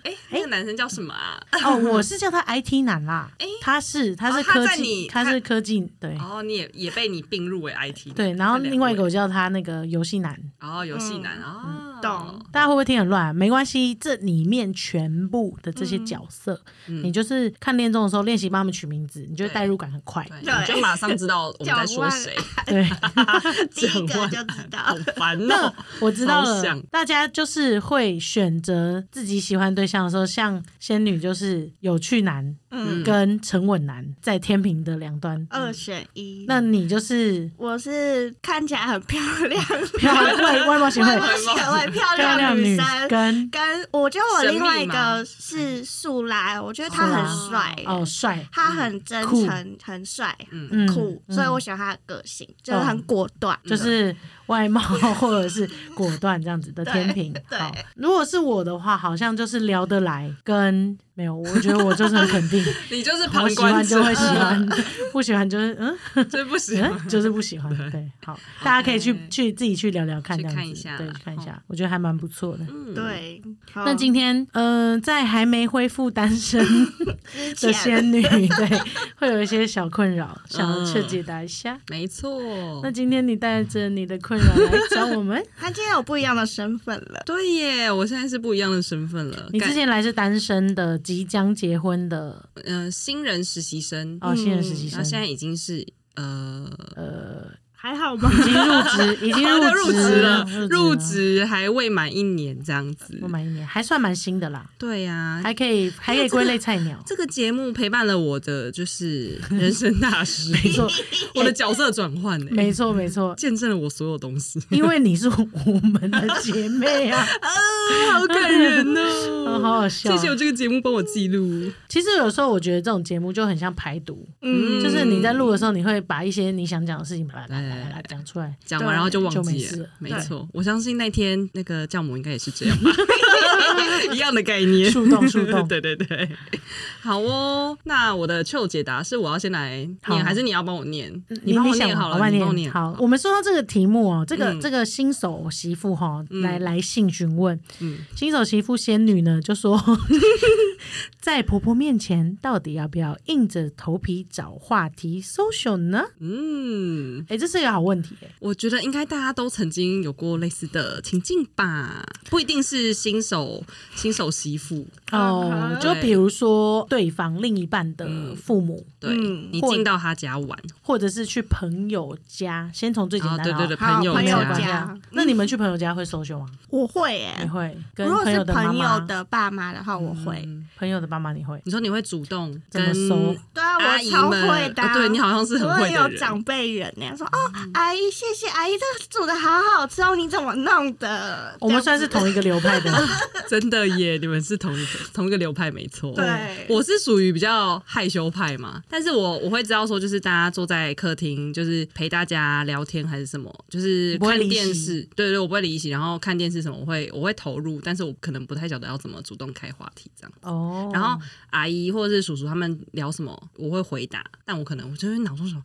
Speaker 3: 哎，那个男生叫什么啊？
Speaker 1: 哦，我是叫他 IT 男啦，他是他是
Speaker 3: 哦他哦
Speaker 1: 科
Speaker 3: 在
Speaker 1: 技，
Speaker 3: 你
Speaker 1: 他是科技，对
Speaker 3: 然后你也也被你并入为 IT，
Speaker 1: 对。然后另外一个嗯
Speaker 3: 这
Speaker 1: 我叫他那个游戏男，
Speaker 3: 两位，然后游戏男啊，哦
Speaker 2: 懂，
Speaker 1: 大家会不会听很乱啊、没关系，这里面全部的这些角色，你就是看恋综的时候练习帮他们取名字，你就会
Speaker 3: 对
Speaker 1: 代入感很快。
Speaker 3: 对，
Speaker 2: 对
Speaker 3: 你就马上知道我们在说 谁，
Speaker 1: 对，
Speaker 2: 第一
Speaker 3: 讲
Speaker 2: 个
Speaker 3: 完
Speaker 2: 就知道
Speaker 3: 好。烦
Speaker 1: 那
Speaker 3: 哦。
Speaker 1: 我知道
Speaker 3: 好
Speaker 1: 了
Speaker 3: 想，
Speaker 1: 大家就是会选择自己喜欢对象的时候，像仙女就是有趣男
Speaker 2: 嗯，哦
Speaker 1: 跟沉稳男在天平的两端。
Speaker 2: 二选一。
Speaker 1: 那你就是
Speaker 2: 我是看起来很漂亮，
Speaker 1: 漂亮外外貌协会
Speaker 2: 外貌协会 漂
Speaker 1: 漂亮
Speaker 2: 亮
Speaker 1: 女
Speaker 2: 女生。
Speaker 1: 跟
Speaker 2: 跟我觉得我另外一个
Speaker 3: 神秘
Speaker 2: 是素来，我觉得他很帅，
Speaker 1: 哦帅，
Speaker 2: 他很真
Speaker 1: 酷
Speaker 2: 诚，很帅，
Speaker 3: 嗯
Speaker 2: 很酷，
Speaker 1: 嗯哦
Speaker 2: 所以我喜欢他的个性，就是很果断。
Speaker 1: 就是外貌或者是果断这样子的天平。
Speaker 2: 对
Speaker 1: 好，如果是我的话，好像就是聊得来跟没有，我觉得我就是很肯定，
Speaker 3: 你就是
Speaker 1: 我
Speaker 3: 旁
Speaker 1: 喜
Speaker 3: 观
Speaker 1: 欢
Speaker 3: 者
Speaker 1: 就，会喜 欢，不喜欢就是嗯。
Speaker 3: 对不行，
Speaker 1: 嗯，就是不喜欢。对，好，大家可以去去自己去聊聊看，
Speaker 3: 去
Speaker 1: 这样
Speaker 3: 看一
Speaker 1: 子
Speaker 3: 下
Speaker 1: 对，
Speaker 3: 啦
Speaker 1: 去看一下，我觉得还蛮不错的。
Speaker 3: 嗯，
Speaker 2: 对，好
Speaker 1: 那今天，嗯，在还没恢复单身
Speaker 2: 之
Speaker 1: 的
Speaker 2: 前
Speaker 1: 仙女，对，会有一些小困扰，想要
Speaker 3: 嗯
Speaker 1: 去解答一下。
Speaker 3: 没错。
Speaker 1: 那今天你带着你的困扰来找我 们，
Speaker 2: 他今天有不一样的身份 了，
Speaker 3: 对耶，我现在是不一样的身份了。
Speaker 1: 你之
Speaker 3: 感
Speaker 1: 前来是单身的，即将结婚的
Speaker 3: 呃
Speaker 1: 哦
Speaker 3: 嗯、新人实习生，
Speaker 1: 哦，新人实习
Speaker 3: 然后
Speaker 1: 生，
Speaker 3: 现在已经是呃
Speaker 1: 呃，
Speaker 2: 还好吧？
Speaker 1: 已经入 职，已经
Speaker 3: 他哦都入职啊
Speaker 1: 职
Speaker 3: 了，入
Speaker 1: 职
Speaker 3: 职还未满一年这样子
Speaker 1: 了，我。满一年，还算蛮新的啦，
Speaker 3: 对呀、
Speaker 1: 还可以还可以归类菜 鸟。
Speaker 3: 这个节目陪伴了我的就是人生大师，
Speaker 1: 没错，
Speaker 3: 我的角色转换呢，
Speaker 1: 没错，没错，
Speaker 3: 见证了我所有东西，
Speaker 1: 因为你是我们的姐妹 啊，
Speaker 3: 啊， 好感人哦，
Speaker 1: 嗯好好笑
Speaker 3: 谢谢有这个节目帮我记录，
Speaker 1: 其实有时候我觉得这种节目就很像排毒，
Speaker 3: 嗯哎
Speaker 1: 就是你在录的时候，你会把一些你想讲的事情把它
Speaker 3: 对
Speaker 1: 来来讲出来。
Speaker 3: 讲完然后就忘
Speaker 1: 就没
Speaker 3: 记
Speaker 1: 事
Speaker 3: 了
Speaker 1: 了，
Speaker 3: 没
Speaker 2: 对
Speaker 3: 错，我相信那天那个教母应该也是 这样吧，一样的概念，
Speaker 1: 树洞树洞
Speaker 3: 对对对，好哦，那我的 Q 解答是我要先来
Speaker 1: 好嗯
Speaker 3: 念，还是你要帮我念？
Speaker 1: 你
Speaker 3: 帮我
Speaker 1: 想
Speaker 3: 念好
Speaker 1: 好
Speaker 3: 了，
Speaker 1: 吧
Speaker 3: 嗯你帮我
Speaker 1: 念
Speaker 3: 念
Speaker 1: 好。，我们说到这个题目哦，这个
Speaker 3: 嗯
Speaker 1: 这个新手媳妇哈，来来信询问，
Speaker 3: 嗯，
Speaker 1: 新手媳妇仙女呢就说， 在婆婆面前到底要不要硬着头皮找话题 social 呢？
Speaker 3: 嗯，
Speaker 1: 哎，这是一个好问题耶。
Speaker 3: 我觉得应该大家都曾经有过类似的情境吧，不一定是新手新手媳妇，哎
Speaker 1: 哦，就比如说对方另一半的父母，
Speaker 3: 对、
Speaker 2: 嗯
Speaker 3: 你
Speaker 1: 或
Speaker 3: 进到他家玩，
Speaker 1: 或者是去朋友家，先从最简单的、啊
Speaker 3: 哦对对对
Speaker 2: 好
Speaker 3: 朋友
Speaker 2: 朋友
Speaker 3: 家嗯
Speaker 2: 家，
Speaker 1: 那你们去朋友家会 social 吗？
Speaker 2: 我会耶、
Speaker 1: 你会跟
Speaker 2: 如果是
Speaker 1: 友的妈
Speaker 2: 朋
Speaker 1: 妈嗯
Speaker 2: 友、的爸妈的话，我会。
Speaker 1: 朋友的爸妈，你会？
Speaker 3: 你说你会主动
Speaker 1: 怎么
Speaker 3: 跟
Speaker 1: 搜
Speaker 2: 对啊，
Speaker 3: 阿
Speaker 2: 我
Speaker 3: 姨
Speaker 2: 超
Speaker 3: 们
Speaker 2: 会的啊、
Speaker 3: 哦对你好像是很
Speaker 2: 我
Speaker 3: 会的
Speaker 2: 有
Speaker 3: 人
Speaker 2: 长辈人那样说哦，阿姨谢谢阿姨，这个煮的好好吃哦，你怎么弄的？
Speaker 1: 我们算是同一个流派 的，
Speaker 3: 真的耶，你们是同一个同一个流派，没错。
Speaker 2: 对
Speaker 3: 我是属于比较害羞派嘛，但是我我会知道说，就是大家坐在客厅，就是陪大家聊天还是什么，就是
Speaker 1: 你不会
Speaker 3: 看
Speaker 1: 离席
Speaker 3: 电视，对对，我不会离席，然后看电视什么，我会我会投入，但是我可能不太晓得要怎么主动开话题这样。
Speaker 1: 哦，
Speaker 3: 然后阿姨或者是叔叔他们聊什么，我会回答，但我可能我就会脑中想，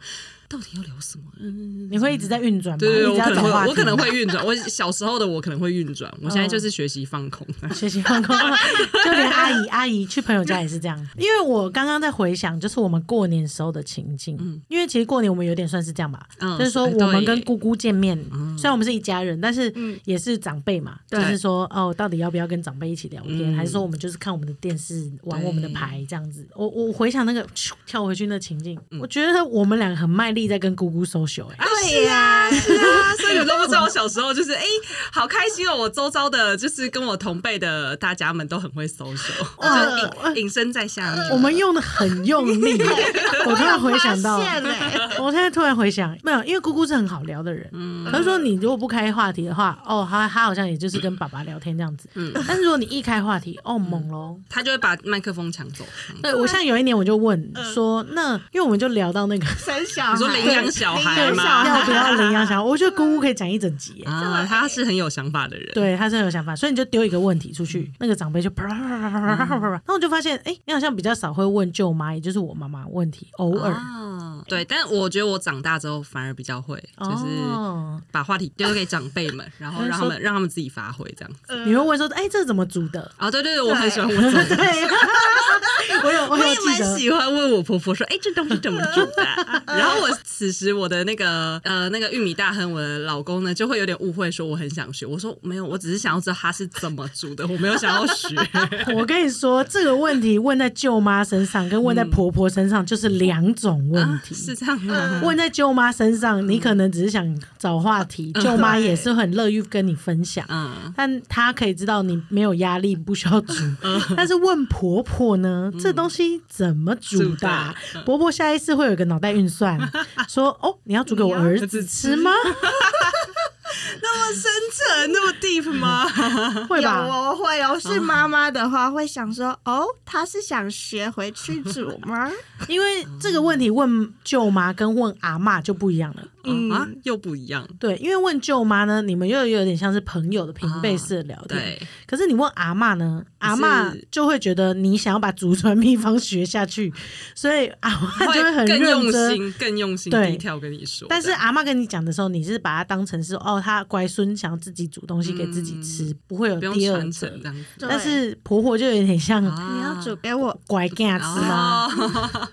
Speaker 3: 到底要聊什么？嗯，
Speaker 1: 你会一直在运转吗？
Speaker 3: 对对，
Speaker 1: 一
Speaker 3: 对
Speaker 1: 直
Speaker 3: 我
Speaker 1: 要
Speaker 3: 可能
Speaker 1: 找话题
Speaker 3: 会
Speaker 1: 嗯
Speaker 3: 我可能会运转，我小时候的我可能会运转，我现在就是学习放空。
Speaker 1: 学习放空， 就连阿姨阿姨去朋友家也是这样。因为我刚刚在回想，就是我们过年时候的情境，因为其实过年我们有点算是这样吧，
Speaker 3: 嗯
Speaker 1: 就是说
Speaker 3: 是
Speaker 1: 我们
Speaker 3: 对
Speaker 1: 跟姑姑见面，虽然我们是一家人，但是也是长辈嘛，就
Speaker 2: 对
Speaker 1: 是说哦，到底要不要跟长辈一起聊天，
Speaker 3: 嗯
Speaker 1: 还是说我们就是看我们的电视玩
Speaker 3: 对
Speaker 1: 我们的牌这样子？我我回想那个咻跳回去那情境，我觉得我们两个很卖力在跟姑姑 social 哎、
Speaker 2: 对呀、
Speaker 3: 是 啊，所以你们都不知道，我小时候就是哎、好开心哦！我周遭的，就是跟我同辈的大家们都很会搜手，就是隐隐身在下面。
Speaker 1: 嗯我们用的很用力， 我突然回想到
Speaker 2: 我有。发 现欸
Speaker 1: 我现在突然回想，没有，因为姑姑是很好聊的人。
Speaker 3: 嗯
Speaker 1: 可是说你如果不开话题的话，哦，他他好像也就是跟爸爸聊天这样子。
Speaker 3: 嗯
Speaker 1: 但是如果你一开话题，哦，猛喽。
Speaker 3: 他就会把麦克风抢走。嗯
Speaker 1: 对我像有一年我就问说，那因为我们就聊到那个
Speaker 2: 生小孩，
Speaker 3: 你说领养小孩
Speaker 2: 对
Speaker 3: 吗？
Speaker 1: 要不要领养小孩，我觉得姑姑可以讲一整集耶。
Speaker 3: 啊，他是很有想法的人。
Speaker 1: 哎对，他是很有想法，所以你就丢一个问题出
Speaker 3: 嗯
Speaker 1: 去，那个长辈就啪啪啪啪啪啪啪啪啪，然后我就发现，哎，你好像比较少会问舅妈，也就是我妈妈问题，偶尔。
Speaker 3: 啊，对，但我觉得我长大之后反而比较会，就是
Speaker 1: 哦，
Speaker 3: 把话题丢给长辈们，然后 让他们让他们自己发挥这样子。
Speaker 1: 你会问说，哎，这怎么煮的？
Speaker 3: 啊，对对对，我很喜欢我走。
Speaker 1: 对，我有我
Speaker 3: 我
Speaker 1: 有
Speaker 3: 也
Speaker 1: 记得
Speaker 3: 蛮。喜欢问我婆婆说：“哎、这东西怎么煮的啊、 然后我此时我的那个呃那个玉米大亨，我的老公呢就会有点误会，说我很想学。我说没有，我只是想要知道它是怎么煮的，我没有想要 学。
Speaker 1: 我跟你说，这个问题问在舅妈身上跟问在婆婆身上就是两种问题。
Speaker 3: 啊是这样 吗？
Speaker 1: 问在舅妈身上，你可能只是想找话题，舅妈也是很乐于跟你分享。
Speaker 3: 嗯，
Speaker 1: 但她可以知道你没有压力，不需要煮。但是问婆婆呢，这东西怎么煮
Speaker 3: 煮
Speaker 1: 的
Speaker 3: 的
Speaker 1: 啊？婆婆下意识会有一个脑袋运算，说：“哦，你要煮给我儿子吃吗？
Speaker 3: 那么深沉，那么 deep 吗？
Speaker 1: 会
Speaker 2: 有
Speaker 1: 吧？”
Speaker 2: 哦我会哦，是妈妈的话会想说，哦，她是想学回去煮 吗？
Speaker 1: 因为这个问题问舅妈跟问阿嬷就不一样了。
Speaker 2: 嗯
Speaker 3: 啊，又不一样。
Speaker 1: 对，因为问舅妈呢，你们又有点像是朋友的平辈式的聊天。
Speaker 3: 啊对，
Speaker 1: 可是你问阿嬷呢，阿
Speaker 3: 是
Speaker 1: 嬷就会觉得你想要把祖传秘方学下去，所以阿嬷就会很
Speaker 3: 更用
Speaker 1: 认真。
Speaker 3: 心，更用心
Speaker 1: 对
Speaker 3: 低调跟你说。
Speaker 1: 但是阿嬷跟你讲的时候，你是把它当成是哦，她乖孙想要自己煮东西给自己吃，不会有
Speaker 3: 嗯不用
Speaker 1: 第二
Speaker 3: 传
Speaker 1: 者
Speaker 3: 承。这样子。
Speaker 2: 对
Speaker 1: 但是婆婆就有点像
Speaker 3: 啊
Speaker 2: 你要煮给我，
Speaker 1: 乖 g 吃吗？
Speaker 3: 哦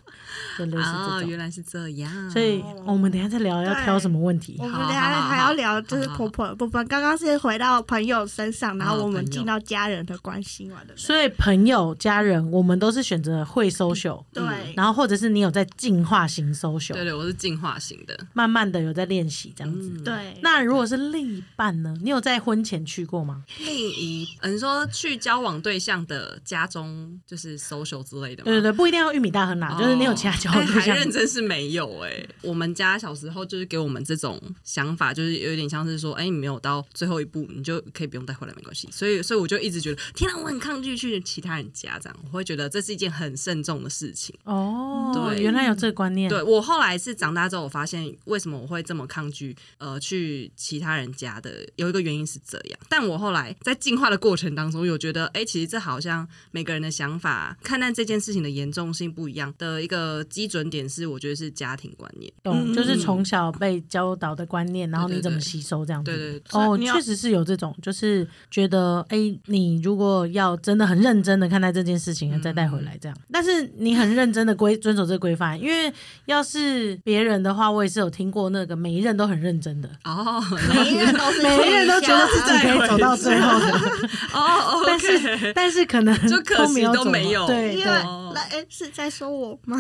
Speaker 1: 就类似
Speaker 3: 哦，
Speaker 1: 这种。
Speaker 3: 原来是这样，
Speaker 1: 所以、我们等一下再聊要挑什么问题
Speaker 2: 我。们等一下还要聊就是婆婆的部分。刚刚是回到朋友身上，然后我们进到家人的关心嘛，对不对？
Speaker 1: 所以朋友、家人，我们都是选择会 social，
Speaker 2: 对，
Speaker 1: 然后或者是你有在进化型 social，
Speaker 3: 嗯对对，我是进化型的，
Speaker 1: 慢慢的有在练习这样子。
Speaker 3: 嗯，
Speaker 2: 对，
Speaker 1: 那如果是另一半呢？你有在婚前去过吗？
Speaker 3: 另一，呃你说去交往对象的家中就是 social 之类的吗？
Speaker 1: 对对对，不一定要玉米大亨啦，就是你有其他交往
Speaker 3: 哎
Speaker 1: 对
Speaker 3: 还
Speaker 1: 象。
Speaker 3: 认真是没有哎、我们家小时候就是给我们这种想法，就是有点像是说，哎、你没有到最后一步，你就可以不用带回来，没关系。所以，所以我就一直觉得，天啊，我很抗拒去其他人家这样，我会觉得这是一件很慎重的事情。
Speaker 1: 哦，
Speaker 3: 对
Speaker 1: 原来有这个观念。
Speaker 3: 对我后来是长大之后，我发现为什么我会这么抗拒呃去其他人家的，有一个原因是这样。但我后来在进化的过程当中，有觉得，哎、其实这好像每个人的想法、看待这件事情的严重性不一样的一个基准点是，我觉得是家庭观念。
Speaker 1: 懂，
Speaker 2: 嗯
Speaker 1: 就是从小被教导的观念，然后
Speaker 3: 对对
Speaker 1: 你怎么
Speaker 3: 对
Speaker 1: 吸收这样子。
Speaker 3: 对对对
Speaker 1: 哦，
Speaker 2: 所以你要
Speaker 1: 确实是有这种，就是觉得，哎、你如果要真的很认真的看待这件事情，再带回来这样。但是你很认真的规遵守这个规范，因为要是别人的话，我也是有听过那个每一任都很认真的，
Speaker 3: 哦
Speaker 2: 每一任都是
Speaker 1: 每一任都觉得自己可以走到最后的，
Speaker 3: 哦
Speaker 1: 但
Speaker 3: ，OK，
Speaker 1: 是但是可能
Speaker 3: 就可惜
Speaker 1: 没有
Speaker 3: 都
Speaker 1: 走
Speaker 3: 没
Speaker 1: 完
Speaker 3: 有
Speaker 1: 对
Speaker 2: 因为
Speaker 1: 对。
Speaker 2: 那哎是在说我吗？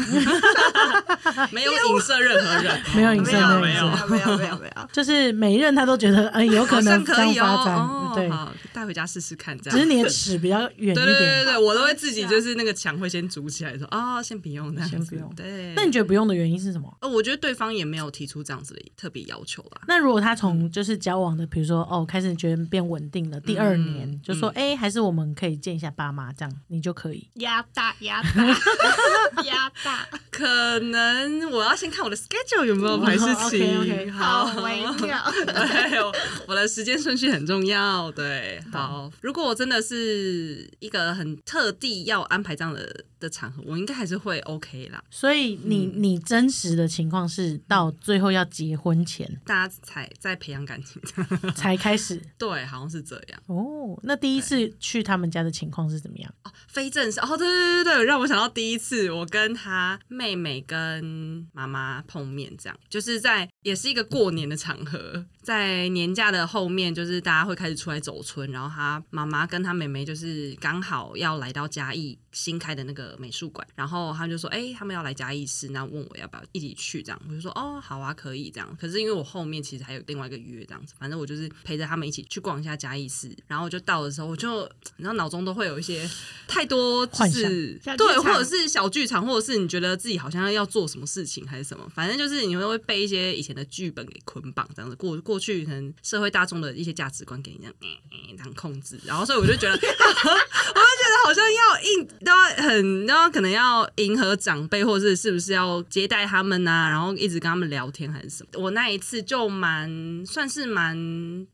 Speaker 3: 没有影射任何人，哦
Speaker 1: 没有影
Speaker 2: 没
Speaker 1: 射
Speaker 2: 有
Speaker 1: 没
Speaker 2: 没
Speaker 1: 有
Speaker 2: 有
Speaker 1: 影
Speaker 2: 没有没有没有，
Speaker 1: 就是每一任他都觉得，哎、有
Speaker 3: 好
Speaker 1: 可
Speaker 3: 像
Speaker 1: 能这
Speaker 3: 可
Speaker 1: 样
Speaker 3: 以
Speaker 1: 发展，
Speaker 3: 哦，
Speaker 1: 对
Speaker 3: 哦，，好，带回家试试看，这
Speaker 1: 只是
Speaker 3: 样。
Speaker 1: 你的尺比较远一点。
Speaker 3: 对对对对，我都会自己就是那个墙会先筑起来，说哦，先不用，这样子
Speaker 1: 先不用
Speaker 3: 对，
Speaker 1: 那你觉得不用的原因是什么？
Speaker 3: 呃，我觉得对方也没有提出这样子的特别要求啦。
Speaker 1: 那如果他从就是交往的，比如说哦，开始觉得变稳定了，第二
Speaker 3: 嗯
Speaker 1: 年、就说哎、还是我们可以见一下爸妈，这样你就可以。
Speaker 2: 压大压 大压大，
Speaker 3: 可能我要先看我的 schedule 有没有排事情。
Speaker 1: 哦 OK，OK，
Speaker 2: 好微 妙。
Speaker 3: 对，我我的时间顺序很重要。对，好，如果我真的是一个很特地要安排这样的的场合，我应该还是会 OK 啦。
Speaker 1: 所以你、
Speaker 3: 嗯
Speaker 1: 你真实的情况是到最后要结婚 前
Speaker 3: 大家才在培养感情，
Speaker 1: 才开始
Speaker 3: 对，好像是这样。
Speaker 1: 哦。那第一次去他们家的情况是怎么样？
Speaker 3: 哦，非正式哦，对对对对，让我想到第一次我跟他妹妹跟妈妈碰面，这样就是在也是一个过年的场合，在年假的后面，就是大家会开始出来走村，然后他妈妈跟他妹妹就是刚好要来到嘉义新开的那个美术馆，然后他们就说，哎、他们要来嘉义市，那问我要不要一起去，这样我就说，哦，好啊，可以这样。可是因为我后面其实还有另外一个约，这样子，反正我就是陪着他们一起去逛一下嘉义市，然后我就到的时候，我就你知道脑中都会有一些太多就
Speaker 1: 幻想
Speaker 3: 是
Speaker 2: 小剧
Speaker 3: 对，
Speaker 2: 场
Speaker 3: 或者是小剧场，或者是你觉得自己好像要做什么事情还是什么，反正就是你会被一些以前的剧本给捆绑，这样子过过去可能社会大众的一些价值观给你这样、嗯嗯这样控制，然后所以我就觉得，我 就觉得好像要应都要很，然后可能要迎合长辈，或者是是不是要接待他们呐、然后一直跟他们聊天还是什么。我那一次就蛮算是蛮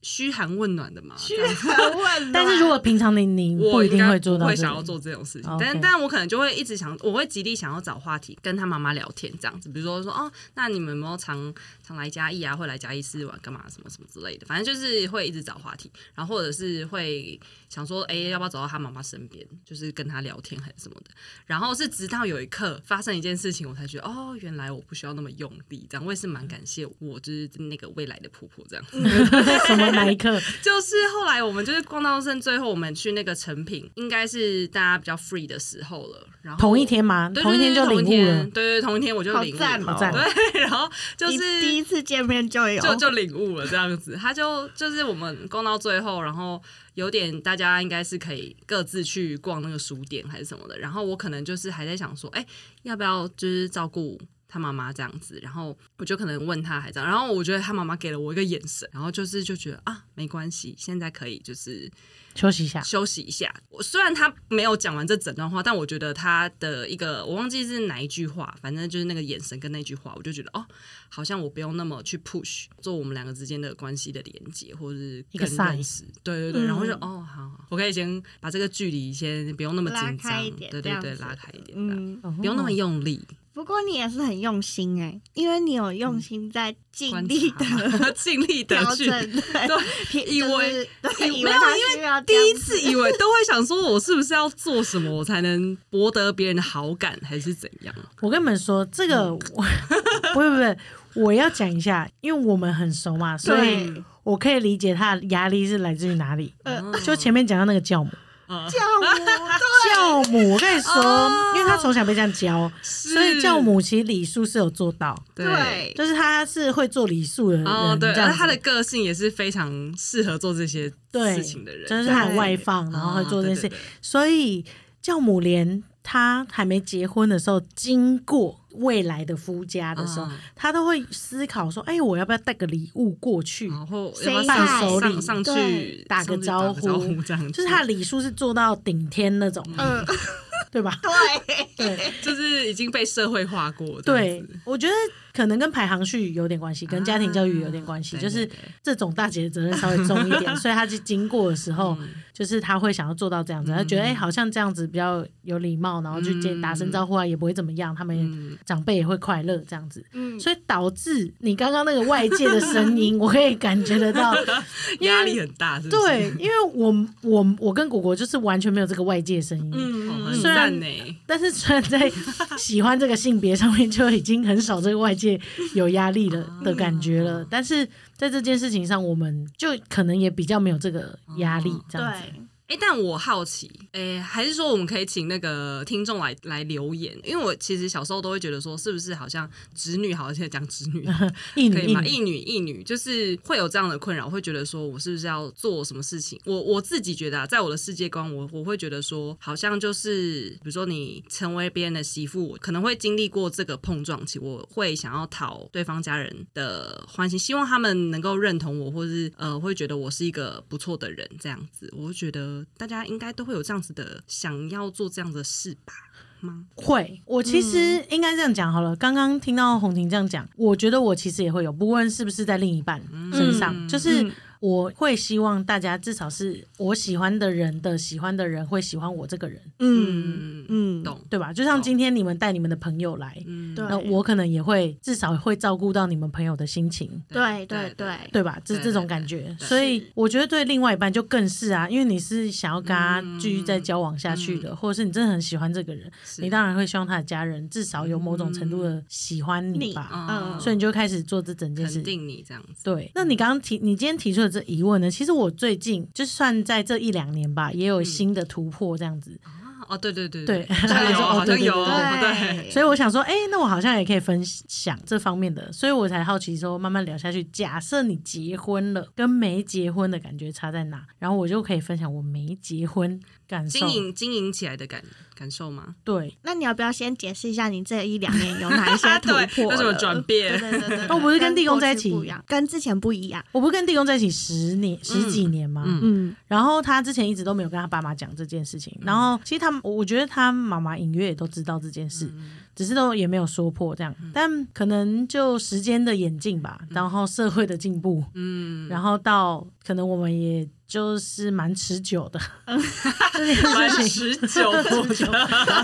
Speaker 3: 嘘寒问暖的嘛，这样子
Speaker 2: 问，
Speaker 1: 但是如果平常你你
Speaker 3: 我
Speaker 1: 一
Speaker 3: 应
Speaker 1: 定
Speaker 3: 该
Speaker 1: 会做
Speaker 3: 不
Speaker 1: 到
Speaker 3: 会
Speaker 1: 这
Speaker 3: 想要
Speaker 1: 个，
Speaker 3: 做这种事情，
Speaker 1: OK
Speaker 3: 但但我可能就会一直想，我会极力想要找话题跟他妈妈聊天这样子，比如说说哦，那你们有没有常常来嘉义啊，会来嘉义市玩干嘛什么什么之类的，反正就是会一直找话题，然后或者是会想说，哎、要不要走到他妈妈身边，就是跟他聊天还是什么的。然后是直到有一刻发生一件事情，我才觉得哦，原来我不需要那么用力，这样我也是蛮感谢我就是那个未来的婆婆这样。
Speaker 1: 什么哪一刻？
Speaker 3: 就是后来我们就是逛到剩最后，我们去那个成品，应该是大家比较 free 的时候了。然后
Speaker 1: 同一，天吗？
Speaker 3: 对
Speaker 1: 同一天就领悟了
Speaker 3: 对对对同一天，对对，同一天我就领悟
Speaker 2: 好赞
Speaker 3: 了，
Speaker 2: 哦好
Speaker 1: 赞
Speaker 3: 对，然后就是
Speaker 2: 你第一次见面就有，
Speaker 3: 就就领悟了这样子。他就就是我们逛到最后，然后有点大家应该是可以各自去逛那个书店还是什么的。然后我可能就是还在想说，哎、要不要就是照顾。他妈妈这样子，然后我就可能问他还这样，然后我觉得他妈妈给了我一个眼神，然后就是就觉得啊，没关系，现在可以就是
Speaker 1: 休息一下。
Speaker 3: 休息一下。我虽然他没有讲完这整段话，但我觉得他的一个我忘记是哪一句话，反正就是那个眼神跟那句话，我就觉得哦，好像我不用那么去 push 做我们两个之间的关系的连接，或者是
Speaker 1: 一个
Speaker 3: 更
Speaker 1: sign
Speaker 3: 认识。对对对，
Speaker 2: 嗯
Speaker 3: 然后就哦好好，我可以先把这个距离先不用那么紧
Speaker 2: 拉开
Speaker 3: 张
Speaker 2: 一，点
Speaker 3: 对
Speaker 2: 这
Speaker 3: 对
Speaker 2: 样
Speaker 3: 对，
Speaker 2: 子
Speaker 3: 拉开一点，这样
Speaker 2: 嗯，
Speaker 1: 哦
Speaker 3: 不用那么用力。
Speaker 2: 不过你也是很用心哎、因为你有用心在尽
Speaker 3: 观
Speaker 2: 力 的
Speaker 3: 察 尽力的
Speaker 2: 调
Speaker 3: 去
Speaker 2: 整， 对
Speaker 3: 以为
Speaker 2: 对
Speaker 3: 以
Speaker 2: 以
Speaker 3: 没
Speaker 2: 为
Speaker 3: 有
Speaker 2: 他
Speaker 3: 因为
Speaker 2: 需要这
Speaker 3: 第
Speaker 2: 样
Speaker 3: 一次以为都会想说，我是不是要做什么，我才能博得别人的好感，还是怎样？
Speaker 1: 我跟你们说，这
Speaker 3: 嗯
Speaker 1: 个我 不会不会，我要讲一下，因为我们很熟嘛，所以
Speaker 2: 对
Speaker 1: 我可以理解他的压力是来自于哪里。
Speaker 3: 嗯
Speaker 1: 就前面讲到那个教母，
Speaker 3: 嗯
Speaker 2: 教母
Speaker 1: 教母，我跟你
Speaker 3: 哦
Speaker 1: 说，因为他从小被这样教，所以教母其实礼数是有做到，
Speaker 3: 对。
Speaker 2: 对
Speaker 1: 就是他是会做礼数的人，
Speaker 3: 哎哦，对，
Speaker 1: 嗯这样
Speaker 3: 而
Speaker 1: 子
Speaker 3: 他的个性也是非常适合做这些
Speaker 1: 对
Speaker 3: 事情的人，
Speaker 1: 就是他很
Speaker 2: 对
Speaker 1: 外放，然后会做这件
Speaker 3: 哦对
Speaker 1: 事
Speaker 3: 对，对
Speaker 1: 所以教母连他还没结婚的时候，经过未来的夫家的时候
Speaker 3: 嗯，
Speaker 1: 他都会思考说：“哎，我要不要带个礼物过去？”
Speaker 3: 然后
Speaker 2: 谁
Speaker 3: 要不要
Speaker 2: 带
Speaker 3: 上
Speaker 1: 手
Speaker 3: 上
Speaker 1: 礼
Speaker 3: 上去
Speaker 2: 对
Speaker 1: 打
Speaker 3: 上
Speaker 1: 个
Speaker 3: 去
Speaker 1: 招呼
Speaker 3: 招呼这样子，
Speaker 1: 就是他的礼数是做到顶天那种，
Speaker 2: 嗯，
Speaker 1: 对 吧？
Speaker 2: 对，
Speaker 1: 对
Speaker 3: 就是已经被社会化过，这样
Speaker 1: 对
Speaker 3: 子，
Speaker 1: 我觉得可能跟排行序有点关系，跟家庭教育有点关系，
Speaker 3: 啊
Speaker 1: 就
Speaker 3: 对
Speaker 1: 是
Speaker 3: 对对
Speaker 1: 这种大姐的责任稍微重一 点，所以他去经过的时
Speaker 3: 嗯
Speaker 1: 候，就是他会想要做到这样子，他觉得哎、好像这样子比较有礼貌，然后去接打声招
Speaker 3: 嗯
Speaker 1: 呼啊，也不会怎么样，他们也长辈也会快乐这样子。
Speaker 2: 嗯，
Speaker 1: 所以导致你刚刚那个外界的声音，我可以感觉得 到，因为
Speaker 3: 压力很大，是不哦是？
Speaker 1: 对，因为我我我跟果果就是完全没有这个外界声音，
Speaker 3: 哦，
Speaker 2: 嗯
Speaker 3: 很
Speaker 1: 虽然
Speaker 3: 赞呢，
Speaker 1: 但是虽然在喜欢这个性别上面就已经很少这个外界有压力了的感觉
Speaker 3: 哦
Speaker 1: 了，但是在这件事情上，我们就可能也比较没有这个压力，这样子。
Speaker 2: 对，
Speaker 3: 哎、但我好奇，哎、还是说我们可以请那个听众来来留言，因为我其实小时候都会觉得说，是不是好像直女好，现在讲直女
Speaker 1: 一
Speaker 3: 可
Speaker 1: 女
Speaker 3: 以
Speaker 1: 一
Speaker 3: 吗？
Speaker 1: 女，
Speaker 3: 一女一女，就是会有这样的困扰，会觉得说我是不是要做什么事情？我我自己觉得啊，在我的世界观，我我会觉得说，好像就是比如说你成为别人的媳妇，我可能会经历过这个碰撞期，我会想要讨对方家人的呃欢心，希望他们能够认同我，或是呃会觉得我是一个不错的人这样子。我会觉得大家应该都会有这样子的想要做这样子的事吧？吗？
Speaker 1: 会，我其实应该这样讲好了。刚刚听到红婷这样讲，我觉得我其实也会有，不论是不是在另一半身上，
Speaker 3: 嗯
Speaker 1: 就是
Speaker 2: 嗯
Speaker 1: 我会希望大家至少是我喜欢的人的喜欢的人会喜欢我这个人，
Speaker 2: 嗯
Speaker 3: 嗯嗯，
Speaker 2: 嗯，
Speaker 3: 懂。
Speaker 1: 对吧？就像
Speaker 3: 懂
Speaker 1: 今天你们带你们的朋友来，
Speaker 3: 嗯，
Speaker 2: 对
Speaker 1: 那我可能也会至少会照顾到你们朋友的心情，
Speaker 2: 对对对，
Speaker 1: 对吧？这
Speaker 3: 对
Speaker 1: 这种
Speaker 3: 对
Speaker 1: 感
Speaker 3: 对
Speaker 1: 觉，
Speaker 3: 对
Speaker 1: 所以我觉得对另外一半就更是啊，因为你是想要跟他
Speaker 3: 嗯
Speaker 1: 继续再交往下去的，或者是你真的很喜欢这个人，
Speaker 3: 是
Speaker 1: 你当然会希望他的家人至少有某种程度的喜欢你
Speaker 2: 你
Speaker 1: 吧，
Speaker 3: 嗯
Speaker 1: 所以你就开始做这整件事
Speaker 3: 肯。定你这样子。
Speaker 1: 对，那你刚刚提，你今天提出的这疑问呢？其实我最近就算在这一两年吧，也
Speaker 3: 嗯
Speaker 1: 有新的突破这样子，
Speaker 3: 啊哦，对对对
Speaker 1: 对
Speaker 3: 好像有，好像有， 对，
Speaker 1: 所以我想说，哎、那我好像也可以分享这方面的，所以我才好奇说，慢慢聊下去。假设你结婚了，跟没结婚的感觉差在哪？然后我就可以分享我没结婚感受
Speaker 3: 经。营经营起来的感感受吗？
Speaker 1: 对，
Speaker 2: 那你要不要先解释一下你这一两年有哪一些突
Speaker 3: 啊对
Speaker 2: 破了？
Speaker 3: 有什么 转变
Speaker 2: 对对对对
Speaker 1: 哦不是跟地公在一起
Speaker 2: 过去不一样，跟之前不一样。
Speaker 1: 我不是跟地公在一起十年、十几年吗？
Speaker 3: 嗯
Speaker 2: 嗯，
Speaker 1: 然后他之前一直都没有跟他爸妈讲这件事情，然后其实他们，我我觉得他妈妈隐约也都知道这件事，
Speaker 3: 嗯
Speaker 1: 只是都也没有说破这样，但可能就时间的演进吧，然后社会的进步，
Speaker 3: 嗯，
Speaker 1: 然后到可能我们也就是蛮持久 的，这
Speaker 3: 蛮
Speaker 1: 件事情，
Speaker 3: 持久的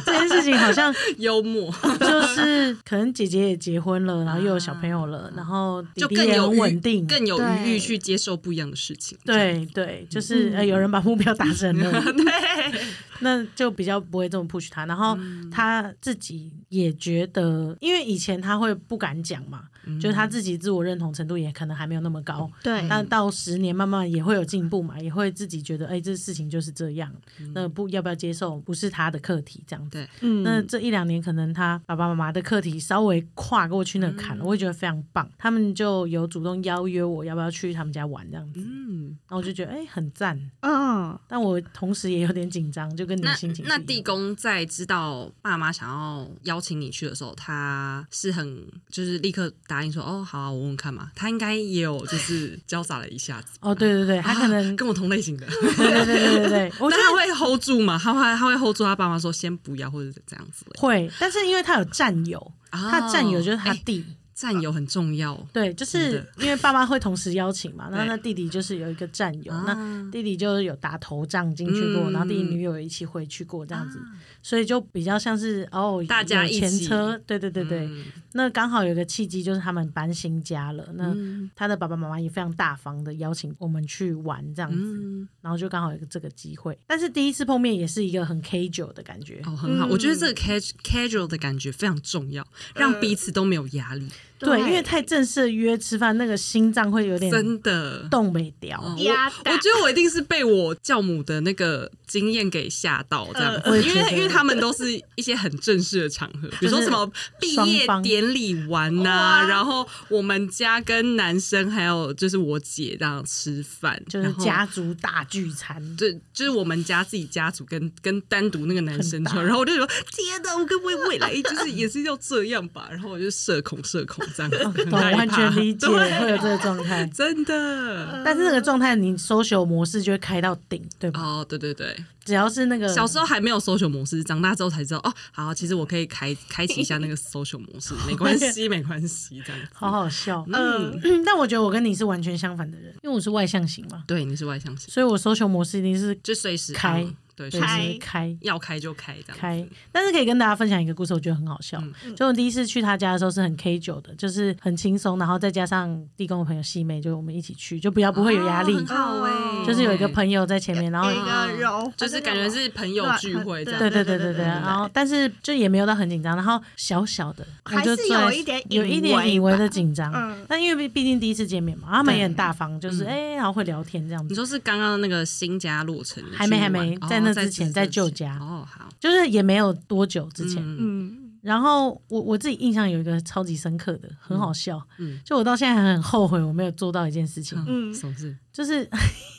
Speaker 1: 这件事情好像
Speaker 3: 幽 默，
Speaker 1: 就是可能姐姐也结婚了，然后又有小朋友了，然后弟
Speaker 3: 就
Speaker 1: 弟
Speaker 3: 更
Speaker 1: 也
Speaker 3: 有
Speaker 1: 很
Speaker 3: 余
Speaker 1: 稳定，
Speaker 3: 嗯更有余
Speaker 2: 对
Speaker 3: 裕去接受不一样的事情。
Speaker 1: 对对，就是、
Speaker 2: 嗯
Speaker 1: 呃、有人把目标达成了，
Speaker 3: 这样 对，
Speaker 1: 那就比较不会这么 push 他。然后他
Speaker 3: 嗯
Speaker 1: 自己也觉得，因为以前他会不敢讲嘛，
Speaker 3: 嗯
Speaker 1: 就是他自己自我认同程度也可能还没有那么高。
Speaker 2: 对，
Speaker 1: 但到十年慢慢也会有进步嘛，也会自己觉得，哎、这事情就是这样，
Speaker 3: 嗯
Speaker 1: 那不要不要接受，不是他的课题这样子。
Speaker 3: 对
Speaker 2: 嗯，
Speaker 1: 那这一两年，可能他爸爸妈妈的课题稍微跨过去那个坎了，
Speaker 3: 嗯
Speaker 1: 我也觉得非常棒。他们就有主动邀约我，要不要去他们家玩这样子，
Speaker 3: 嗯，
Speaker 1: 然后我就觉得，哎、很赞。
Speaker 2: 嗯，
Speaker 1: 但我同时也有点紧张，就跟你的
Speaker 3: 那
Speaker 1: 心情
Speaker 3: 那
Speaker 1: 是一
Speaker 3: 地
Speaker 1: 样
Speaker 3: 公在知道爸妈想要邀请你去的时候，他是很就是立刻答应说哦好啊，我问问看嘛。他应该也有就是 交杂了一下子，
Speaker 1: 哦，对对对，他可能、
Speaker 3: 啊跟我同类型的，
Speaker 1: 对对对对对对，我觉
Speaker 3: 那
Speaker 1: 得
Speaker 3: 他会 hold 住嘛？他会他会 hold 住他爸妈说先不要，或者是这样子嘞。
Speaker 1: 会，但是因为他有战友，他
Speaker 3: 哦
Speaker 1: 战友就是他
Speaker 3: 哎
Speaker 1: 弟，
Speaker 3: 战友很重要。
Speaker 1: 对，就
Speaker 3: 真
Speaker 1: 是
Speaker 3: 的
Speaker 1: 因为爸妈会同时邀请 嘛，然后
Speaker 3: 对
Speaker 1: 那弟弟就是有一个战友，
Speaker 3: 啊
Speaker 1: 那弟弟就有打头仗进去过，
Speaker 3: 嗯啊
Speaker 1: 然后弟弟女友也一起回去过这样子，所以就比较像是哦，
Speaker 3: 大家
Speaker 1: 有
Speaker 3: 一起
Speaker 1: 前车，对对对对，
Speaker 3: 嗯
Speaker 1: 那刚好有个契机就是他们搬新家了，那
Speaker 3: 嗯
Speaker 1: 他的爸爸妈妈也非常大方的邀请我们去玩这样子，
Speaker 3: 嗯，
Speaker 1: 然后就刚好有个这个机会，但是第一次碰面也是一个很 K 九的感觉，
Speaker 3: 哦，很好，我觉得这个 cas- casual 的感觉非常重要，让彼此都没有压力，
Speaker 1: 对，因为太正式的约吃饭，那个心脏会有点
Speaker 3: 真的。
Speaker 1: 动没掉。
Speaker 3: 哦
Speaker 2: 压
Speaker 3: 我
Speaker 2: 大
Speaker 3: 我觉得我一定是被我教母的那个经验给吓到，这样子，
Speaker 1: 嗯我也
Speaker 3: 因
Speaker 1: 觉
Speaker 3: 为
Speaker 1: 得
Speaker 3: 因为他们都是一些很正式的场合，比如说什么毕业典礼完呐、
Speaker 2: 哇
Speaker 3: 然后我们家跟男生还有就是我姐这样吃饭，
Speaker 1: 就是
Speaker 3: 然后
Speaker 1: 家族大聚餐，
Speaker 3: 对，就是我们家自己家族跟跟单独那个男生
Speaker 1: 很
Speaker 3: 就，然后我就说天哪，我跟未未来就是也是要这样吧，然后我就社恐社恐这样，很
Speaker 1: 哦懂，
Speaker 3: 害
Speaker 1: 完
Speaker 3: 怕
Speaker 1: 全理解
Speaker 3: 对。
Speaker 1: 会有这个状态
Speaker 3: 真的。
Speaker 1: 但是那个状态，你 social 模式就会开到顶，对吧？
Speaker 3: 哦，对对对，
Speaker 1: 只要是那个
Speaker 3: 小时候还没有 social 模式，长大之后才知道哦，好，其实我可以开 开启一下那个 social 模式，没关系，没关系，这样子。
Speaker 1: 好好笑，
Speaker 3: 嗯，
Speaker 1: 但我觉得我跟你是完全相反的人，因为我是外向型嘛，
Speaker 3: 对，你是外向型，
Speaker 1: 所以我 social 模式一定是
Speaker 3: 就随时
Speaker 1: 开
Speaker 3: 嗯对，随
Speaker 1: 对
Speaker 3: 时
Speaker 2: 开
Speaker 1: 就是开
Speaker 3: 要开就开这样子。
Speaker 1: 开，但是可以跟大家分享一个故事，我觉得很好笑。就我第一次去他家的时候是很 K 九的，就是很轻松，然后再加上地公的朋友细妹，就我们一起去，就比较不会有压力。
Speaker 3: 哦很好哎，
Speaker 1: 就是有一个朋友在前面，然后
Speaker 2: 一个柔，
Speaker 3: 啊就是感觉是朋友聚会这样。
Speaker 1: 对对对
Speaker 2: 对
Speaker 1: 对对，
Speaker 2: 对对
Speaker 1: 然后但是就也没有到很紧张，然后小小的，
Speaker 2: 还
Speaker 1: 我就是坐在
Speaker 2: 有一点
Speaker 1: 有一点
Speaker 2: 以
Speaker 1: 以为
Speaker 2: 为
Speaker 1: 的
Speaker 2: 吧
Speaker 1: 紧张
Speaker 2: 嗯，
Speaker 1: 但因为毕毕竟第一次见面嘛，他们也很
Speaker 3: 对
Speaker 1: 大方，就是哎，然后会聊天这样
Speaker 3: 你
Speaker 1: 子，
Speaker 3: 说是刚刚那个新家落成去玩，
Speaker 1: 还没还没
Speaker 3: 哦
Speaker 1: 在那之前
Speaker 3: 之
Speaker 1: 在旧家
Speaker 3: 哦，好，
Speaker 1: 就是也没有多久之前。
Speaker 3: 嗯
Speaker 2: 嗯，
Speaker 1: 然后我我自己印象有一个超级深刻的，很好笑，
Speaker 3: 嗯
Speaker 1: 就我到现在还很后悔我没有做到一件事情，
Speaker 3: 嗯，
Speaker 2: 嗯
Speaker 3: 什么事？
Speaker 1: 就是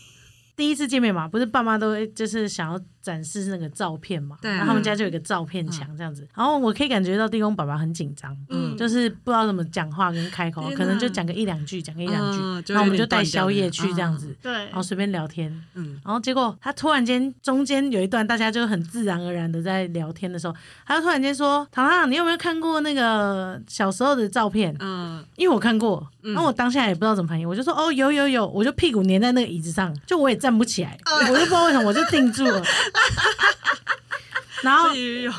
Speaker 1: 第一次见面嘛，不是爸妈都会就是想要展示那个照片嘛，
Speaker 3: 对啊
Speaker 1: 然后他们家就有一个照片墙这样子，然后我可以感觉到地公爸爸很紧张，
Speaker 2: 嗯
Speaker 1: 就是不知道怎么讲话跟开口
Speaker 3: 天，哪
Speaker 1: 可能就讲个一两句，讲个一两句，
Speaker 3: 嗯就
Speaker 1: 然后我们
Speaker 3: 有点
Speaker 1: 就带
Speaker 3: 断掉
Speaker 1: 宵夜
Speaker 3: 了
Speaker 1: 去这样子，
Speaker 2: 对
Speaker 1: 然，后随便聊天。
Speaker 3: 嗯，
Speaker 1: 然后结果他突然间中间有一段大家就很自然而然的在聊天的时候，他就突然间说：“糖糖，你有没有看过那个小时候的照片？
Speaker 3: 嗯，
Speaker 1: 因为我看过，然后我当下也不知道怎么反应，我就说：哦，有有有，我就屁股粘在那个椅子上，就我也站不起来，我就不知道为什么我就定住 了。然后
Speaker 3: 哎呦，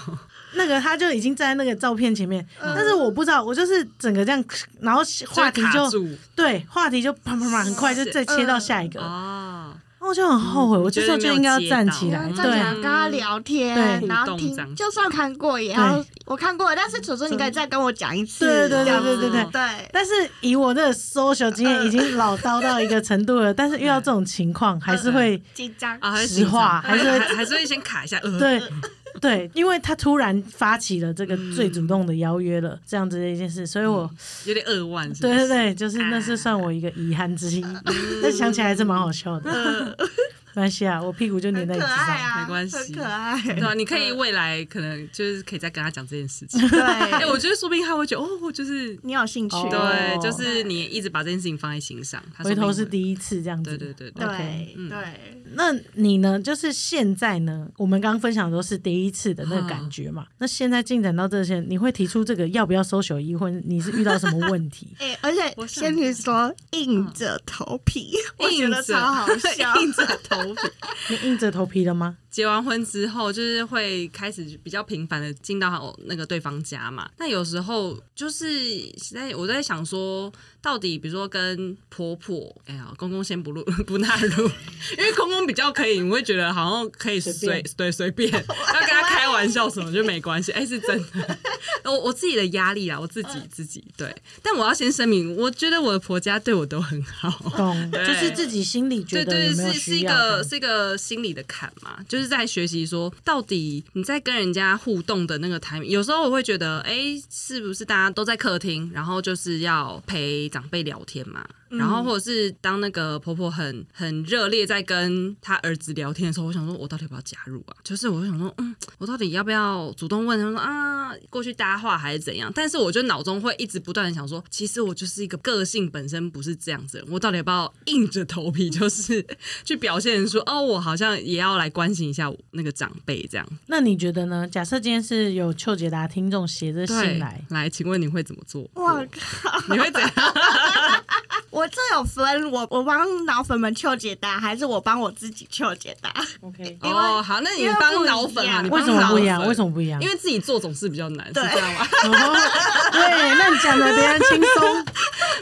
Speaker 1: 那个他就已经站在那个照片前面，但是我不知道，我就是整个这样，然后话题
Speaker 3: 卡
Speaker 1: 就
Speaker 3: 住
Speaker 1: 对话题就啪啪啪，很快就再切到下一个，
Speaker 3: 啊，
Speaker 1: 然后我就很后悔，我这时候就应该要站起
Speaker 3: 你
Speaker 1: 来，
Speaker 3: 觉
Speaker 2: 站起来
Speaker 1: 对。
Speaker 2: 跟他聊天
Speaker 1: 对，
Speaker 2: 然后
Speaker 3: 互动这样
Speaker 2: 听，就算看过也要我看过，但是楚楚你可以再跟我讲一次，
Speaker 1: 对对对
Speaker 2: 这样子
Speaker 1: 对对对
Speaker 2: 对，
Speaker 1: 但是以我的 social 经验已经老叨到一个程度了，但是遇到这种情况还是会
Speaker 2: 紧张
Speaker 3: 啊，还是
Speaker 1: 实话
Speaker 3: 紧张
Speaker 1: 还是会
Speaker 3: 还是会先卡一下，呃，
Speaker 1: 对对，因为他突然发起了这个
Speaker 3: 嗯
Speaker 1: 最主动的邀约了，这样子的一件事，所以我
Speaker 3: 有点扼腕，是不
Speaker 1: 对对
Speaker 3: 是，啊
Speaker 1: 对，就是那是算我一个遗憾之一， 但想起来还是蛮好笑的。
Speaker 3: 嗯
Speaker 1: 没关系啊，我屁股就粘
Speaker 2: 很
Speaker 1: 在椅
Speaker 2: 可
Speaker 1: 子
Speaker 2: 爱
Speaker 1: 上。
Speaker 2: 啊，
Speaker 3: 没关系
Speaker 2: 很可 爱，
Speaker 3: 对啊，你可以未来可能就是可以再跟他讲这件事 情。哎，
Speaker 2: 对，
Speaker 3: 我觉得说不定他会觉得哦，就是
Speaker 2: 你有兴趣？
Speaker 1: 哦
Speaker 3: 对，就是你一直把这件事情放在心上，他
Speaker 1: 回
Speaker 3: 说不定
Speaker 1: 头是
Speaker 3: 会
Speaker 1: 第一次这样子。
Speaker 3: 对对对对
Speaker 2: 对
Speaker 1: OK
Speaker 3: 嗯
Speaker 2: 对，？
Speaker 1: 那你呢？就是现在呢，我们刚刚分享的都是第一次的那个感
Speaker 3: 嗯
Speaker 1: 觉嘛。那现在进展到这些，你会提出这个要不要收手一婚？你是遇到什么问题
Speaker 2: 哎，而且
Speaker 3: 想嗯
Speaker 2: 仙女说硬着头皮， 我觉得
Speaker 3: 硬着
Speaker 2: 超好笑，
Speaker 3: 硬着头皮。
Speaker 1: 你硬着头皮了吗？
Speaker 3: 结完婚之后，就是会开始比较频繁的进到那个对方家嘛。那有时候就是在我在想说，到底比如说跟婆婆，哎呀，公公先不录 不纳入，因为公公比较可以，你会觉得好像可以随
Speaker 1: 随便
Speaker 3: 对随便，要跟他开玩笑什么就没关系。哎，是真的，我我自己的压力啦，我自己自己对。但我要先声明，我觉得我的婆家对我都很好。
Speaker 1: 懂，
Speaker 3: 对
Speaker 1: 就是自己心里觉
Speaker 3: 对
Speaker 1: 得
Speaker 3: 对，
Speaker 1: 有没有
Speaker 3: 是是
Speaker 1: 需
Speaker 3: 一
Speaker 1: 要这
Speaker 3: 个
Speaker 1: 样。
Speaker 3: 是一个心理的坎嘛，就是在学习说，到底你在跟人家互动的那个 time，有时候我会觉得，哎，是不是大家都在客厅，然后就是要陪长辈聊天嘛？
Speaker 1: 嗯
Speaker 3: 然后或者是当那个婆婆很很热烈在跟她儿子聊天的时候，我想说，我到底要不要加入啊？就是我就想说，嗯，我到底要不要主动问他说啊，过去去搭话还是怎样，但是我就脑中会一直不断的想说，其实我就是一个个性本身不是这样子的人，我到底要不要硬着头皮，就是 去表现说，哦，我好像也要来关心一下我那个长辈这样。
Speaker 1: 那你觉得呢？假设今天是有邱解答听众写着信
Speaker 3: 对
Speaker 1: 来，，
Speaker 3: 来，请问你会怎么做？
Speaker 2: 我靠！
Speaker 3: 你会 怎样？
Speaker 2: 我这有分，我我帮脑粉们求解答，还是我帮我自己求解答？
Speaker 1: ，OK，
Speaker 2: 因为
Speaker 3: 哦，好，那你
Speaker 2: 因为不
Speaker 3: 帮
Speaker 2: 一
Speaker 3: 脑粉啊？
Speaker 2: 样
Speaker 3: 你帮
Speaker 1: 为什么不一样？
Speaker 3: 脑粉
Speaker 1: 为什么不一样？
Speaker 3: 因为自己做总是比较难，是
Speaker 2: 对
Speaker 3: 这样吗？
Speaker 1: 哦对，那你讲的别人轻松，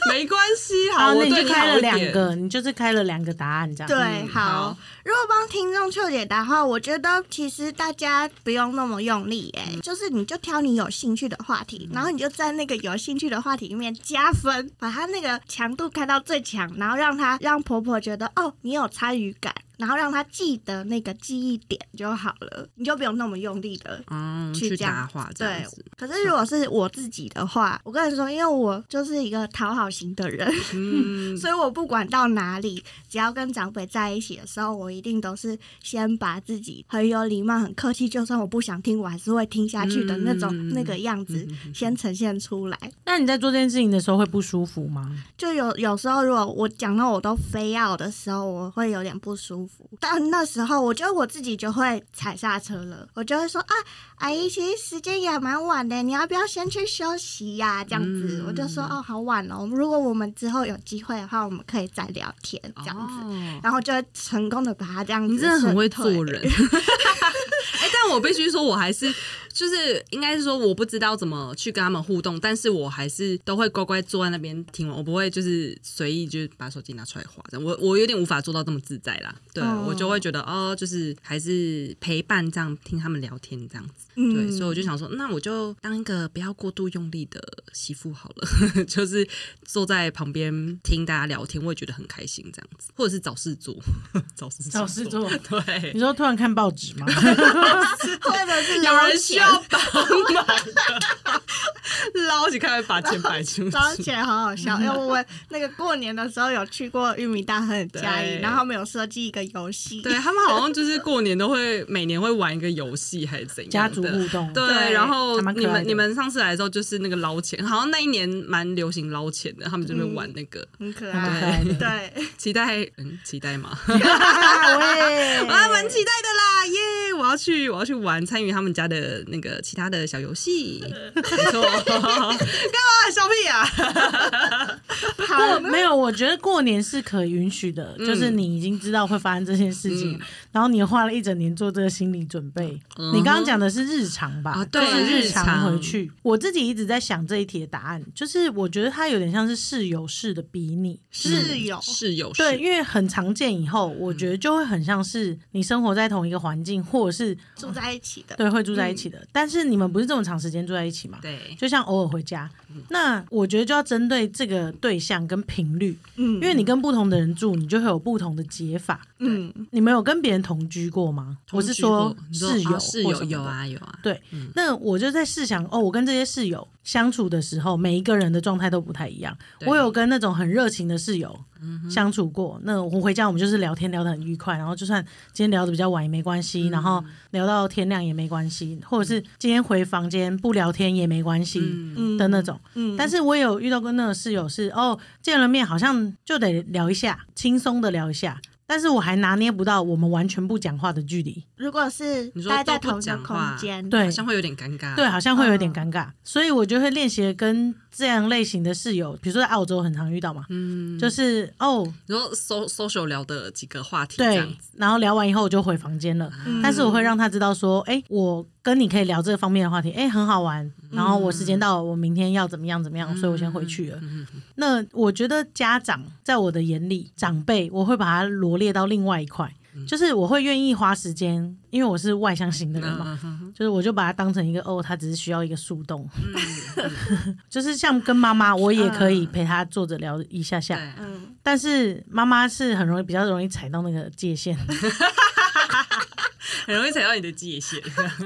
Speaker 3: 没关系， 好，
Speaker 1: 好，那
Speaker 3: 我
Speaker 1: 你
Speaker 3: 对
Speaker 1: 就
Speaker 3: 你
Speaker 1: 开
Speaker 3: 好
Speaker 1: 了
Speaker 3: 一
Speaker 1: 两
Speaker 3: 点。
Speaker 1: 个，你就是开了两个答案这样。
Speaker 2: 对，
Speaker 3: 嗯
Speaker 2: 好
Speaker 3: 好。
Speaker 2: 如果帮听众求解答的话，我觉得其实大家不用那么用力、哎、就是你就挑你有兴趣的话题，然后你就在那个有兴趣的话题里面加分，把它那个强度开到最强，然后让她让婆婆觉得哦，你有参与感。然后让她记得那个记忆点就好了，你就不用那么用力了。
Speaker 3: 嗯，
Speaker 2: 去
Speaker 3: 去
Speaker 2: 这样
Speaker 3: 搭话这
Speaker 2: 对
Speaker 3: 样子，，
Speaker 2: 可是如果是我自己的话，我跟你说，因为我就是一个讨好型的人，
Speaker 3: 嗯，
Speaker 2: 所以我不管到哪里，只要跟长辈在一起的时候，我一定都是先把自己很有礼貌、很客气，就算我不想听，我还是会听下去的那种、
Speaker 3: 嗯
Speaker 2: 那个样子，先呈现出来。
Speaker 1: 那你在做这件事情的时候会不舒服 吗？
Speaker 2: 就有有时候，如果我讲到我都非要的时候，我会有点不舒服。但那时候，我觉得我自己就会踩刹车了，我就会说啊，阿姨，其实时间也蛮晚的，你要不要先去休息呀、这样子，
Speaker 3: 嗯
Speaker 2: 我就说哦，好晚哦。如果我们之后有机会的话，我们可以再聊天这样子。
Speaker 3: 哦
Speaker 2: 然后就会成功的把它这样子。
Speaker 3: 你真的很会做。 人。哎、但我必须说，我还是就是应该是说，我不知道怎么去跟他们互动，但是我还是都会乖乖坐在那边听哦完，我不会就是随意就是把手机拿出来划。这样我我有点无法做到这么自在啦。对、
Speaker 2: 哦
Speaker 3: 我就会觉得哦，就是还是陪伴这样听他们聊天这样子。
Speaker 2: 嗯
Speaker 3: 对，所以我就想说，那我就当一个不要过度用力的媳妇好了， 就是坐在旁边听大家聊天，我也觉得很开心这样子，或者是找事做， 找事
Speaker 1: 找事做
Speaker 3: 对
Speaker 1: 你，说突然看报纸 吗？
Speaker 2: 或者是
Speaker 3: 有
Speaker 2: 捞
Speaker 3: 人需
Speaker 2: 钱，
Speaker 3: 要帮忙的， 捞起看把钱摆出
Speaker 2: 捞
Speaker 3: 去。
Speaker 2: 钱好好笑。因为我那个过年的时候有去过玉米大亨的家里，
Speaker 3: 对
Speaker 2: 然后他们有设计一个游戏，
Speaker 3: 对他们好像就是过年都会每年会玩一个游戏还是怎
Speaker 1: 家
Speaker 3: 样的
Speaker 1: 族互动
Speaker 3: 对，
Speaker 2: 对
Speaker 3: 然后
Speaker 1: 还蛮可
Speaker 3: 你
Speaker 1: 爱的
Speaker 3: 们你们上次来的时候就是那个捞钱，好像那一年蛮流行捞钱的，他们这边玩那个，
Speaker 1: 嗯
Speaker 2: 很可
Speaker 1: 还蛮可
Speaker 2: 爱
Speaker 1: 爱。的
Speaker 2: 对，
Speaker 3: 期待嗯期待吗？
Speaker 2: 喂，
Speaker 3: 我还蛮期待的啦，耶！我要去，我要去玩，参与他们家的那个其他的小游戏。没错，干嘛笑屁啊？
Speaker 1: 过
Speaker 2: 好，
Speaker 1: 没有，我觉得过年是可允许的，
Speaker 3: 嗯
Speaker 1: 就是你已经知道会发生这件事情，然后你花了一整年做这个心理准备。
Speaker 3: 嗯
Speaker 1: 你刚刚讲的是日常吧？
Speaker 3: 啊对
Speaker 1: 就是日
Speaker 3: 日
Speaker 1: 常
Speaker 3: 常
Speaker 1: 回去。我自己一直在想这一题的答案，就是我觉得它有点像是室友式的比拟，
Speaker 2: 室友
Speaker 3: 室友是嗯
Speaker 1: 对，因为很常见，以后我觉得就会很像是你生活在同一个环境，或者是
Speaker 2: 住在一起的，
Speaker 1: 对会住在一起的，但是你们不是这么长时间住在一起嘛？
Speaker 3: 嗯对，嗯
Speaker 1: 就像偶尔回家，那我觉得就要针对这个对象跟频率，
Speaker 2: 嗯
Speaker 1: 因为你跟不同的人住，你就会有不同的解法。
Speaker 2: 嗯，
Speaker 1: 你们有跟别人同居过吗？我是说
Speaker 3: 同居过
Speaker 1: 室
Speaker 3: 你
Speaker 1: 友、
Speaker 3: 说啊室友有
Speaker 1: 啊。
Speaker 3: 啊有啊，
Speaker 1: 对，那我就在试想，哦，我跟这些室友相处的时候，每一个人的状态都不太一样。
Speaker 3: 对嗯
Speaker 1: 我有跟那种很热情的室友相处过，那我回家我们就是聊天聊得很愉快，然后就算今天聊得比较晚也没关
Speaker 3: 嗯
Speaker 1: 系，然后聊到天亮也没关系，或者是今天回房间不聊天也没关系。
Speaker 3: 嗯，
Speaker 2: 嗯
Speaker 1: 的那，种，
Speaker 2: 嗯
Speaker 1: 但是我有遇到过那个室友是哦，见了面好像就得聊一下，轻松的聊一下，但是我还拿捏不到我们完全不讲话的距离，
Speaker 2: 如果是
Speaker 3: 你说
Speaker 2: 待在
Speaker 3: 都不
Speaker 2: 同一个
Speaker 3: 讲
Speaker 2: 空
Speaker 3: 话
Speaker 2: 间，
Speaker 1: 对
Speaker 3: 好像会有点尴尬。
Speaker 1: 对，好像会有
Speaker 3: 嗯
Speaker 1: 点尴尬，所以我就会练习地跟这样类型的室友，比如说在澳洲很常遇到嘛，
Speaker 3: 嗯，
Speaker 1: 就是哦，
Speaker 3: 你说 so social 聊的几个话题这
Speaker 1: 对
Speaker 3: 样子，，
Speaker 1: 然后聊完以后我就回房间了，
Speaker 2: 嗯
Speaker 1: 但是我会让他知道说，哎、我跟你可以聊这方面的话题，哎、很好玩。
Speaker 3: 嗯
Speaker 1: 然后我时间到了，我明天要怎么样怎么样，所以我先回去了。
Speaker 3: 嗯
Speaker 1: 那我觉得家长在我的眼里，长辈我会把它罗列到另外一块，
Speaker 3: 嗯
Speaker 1: 就是我会愿意花时间，因为我是外向型的人
Speaker 3: 嗯
Speaker 1: 嘛，就是我就把它当成一个哦，他只是需要一个树洞，
Speaker 3: 嗯
Speaker 1: 就是像跟妈妈，我也可以陪他坐着聊一下下。
Speaker 3: 对，
Speaker 2: 嗯，
Speaker 1: 但是妈妈是很容易比较容易踩到那个界限，
Speaker 3: 很容易踩到你的界 限。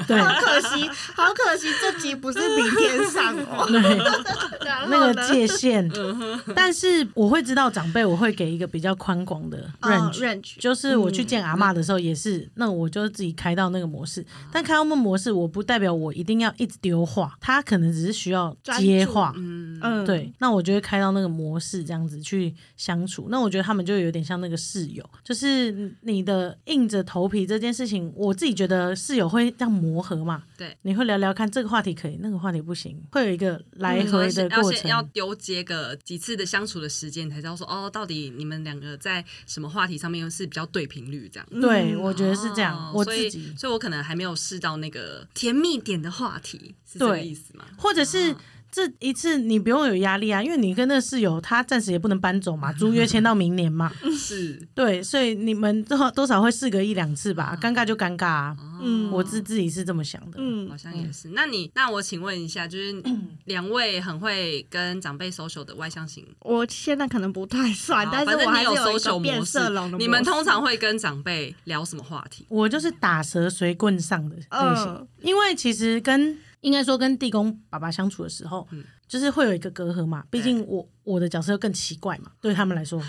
Speaker 1: 对。
Speaker 2: 好可惜，好可惜，这集不是明天上哦。
Speaker 1: 对，
Speaker 2: 然
Speaker 1: 那
Speaker 2: 后
Speaker 1: 个
Speaker 2: 呢？
Speaker 1: 界限，但是我会知道长辈，我会给一个比较宽广的
Speaker 2: 哦
Speaker 1: range，、
Speaker 2: range
Speaker 1: 就是我去见阿嬷的时候也是，那我就自己开到那个模式。但开到那个模式，我不代表我一定要一直丢话，他可能只是需要接话。
Speaker 3: 嗯，
Speaker 2: 嗯，
Speaker 1: 对，那我就会开到那个模式，这样子去相处。那我觉得他们就有点像那个室友，就是你的硬着头皮这件事情，我自己觉得室友会这样磨合嘛。
Speaker 3: 对，
Speaker 1: 你会聊聊看这个话题可以，那个话题不行，会有一个来
Speaker 3: 所
Speaker 1: 回
Speaker 3: 以
Speaker 1: 的
Speaker 3: 是
Speaker 1: 过
Speaker 3: 嗯要
Speaker 1: 程。
Speaker 3: 先要丢接个几次的相处的时间，你才知道说哦，到底你们两个在什么话题上面是比较对频率这样。
Speaker 1: 对，我觉得是这样，
Speaker 3: 哦
Speaker 1: 我
Speaker 3: 所
Speaker 1: 自
Speaker 3: 以
Speaker 1: 己，
Speaker 3: 所以我可能还没有试到那个甜蜜点的话题，是这个
Speaker 1: 对
Speaker 3: 意思吗？
Speaker 1: 或者
Speaker 3: 啊
Speaker 1: 是。这一次你不用有压力啊，因为你跟那个室友他暂时也不能搬走嘛，租约签到明年 嘛，
Speaker 3: 是，
Speaker 1: 对，所以你们多多少会试个一两次吧，尴尬就尴尬啊，
Speaker 3: 哦
Speaker 2: 嗯
Speaker 1: 我自自己是这么想的。
Speaker 2: 嗯
Speaker 3: 好，像也是。那你那我请问一下，就是 两位很会跟长辈 social 的外向型，
Speaker 2: 我现在可能不太算，
Speaker 3: 好
Speaker 2: 但
Speaker 3: 反
Speaker 2: 是
Speaker 3: 正
Speaker 2: 我还
Speaker 3: 你
Speaker 2: 是有一
Speaker 3: social
Speaker 2: 个变
Speaker 3: 模
Speaker 2: 色龙
Speaker 3: 式，
Speaker 2: 的
Speaker 3: 你们
Speaker 2: 模式
Speaker 3: 通常会跟长辈聊什么话 题？
Speaker 1: 我就是打蛇随棍上的类型，
Speaker 2: 嗯
Speaker 1: 因为其实跟应该说跟地公爸爸相处的时候，
Speaker 3: 嗯
Speaker 1: 就是会有一个隔阂嘛，毕竟我我的角色又更奇怪嘛，对他们 来说，
Speaker 3: 哦，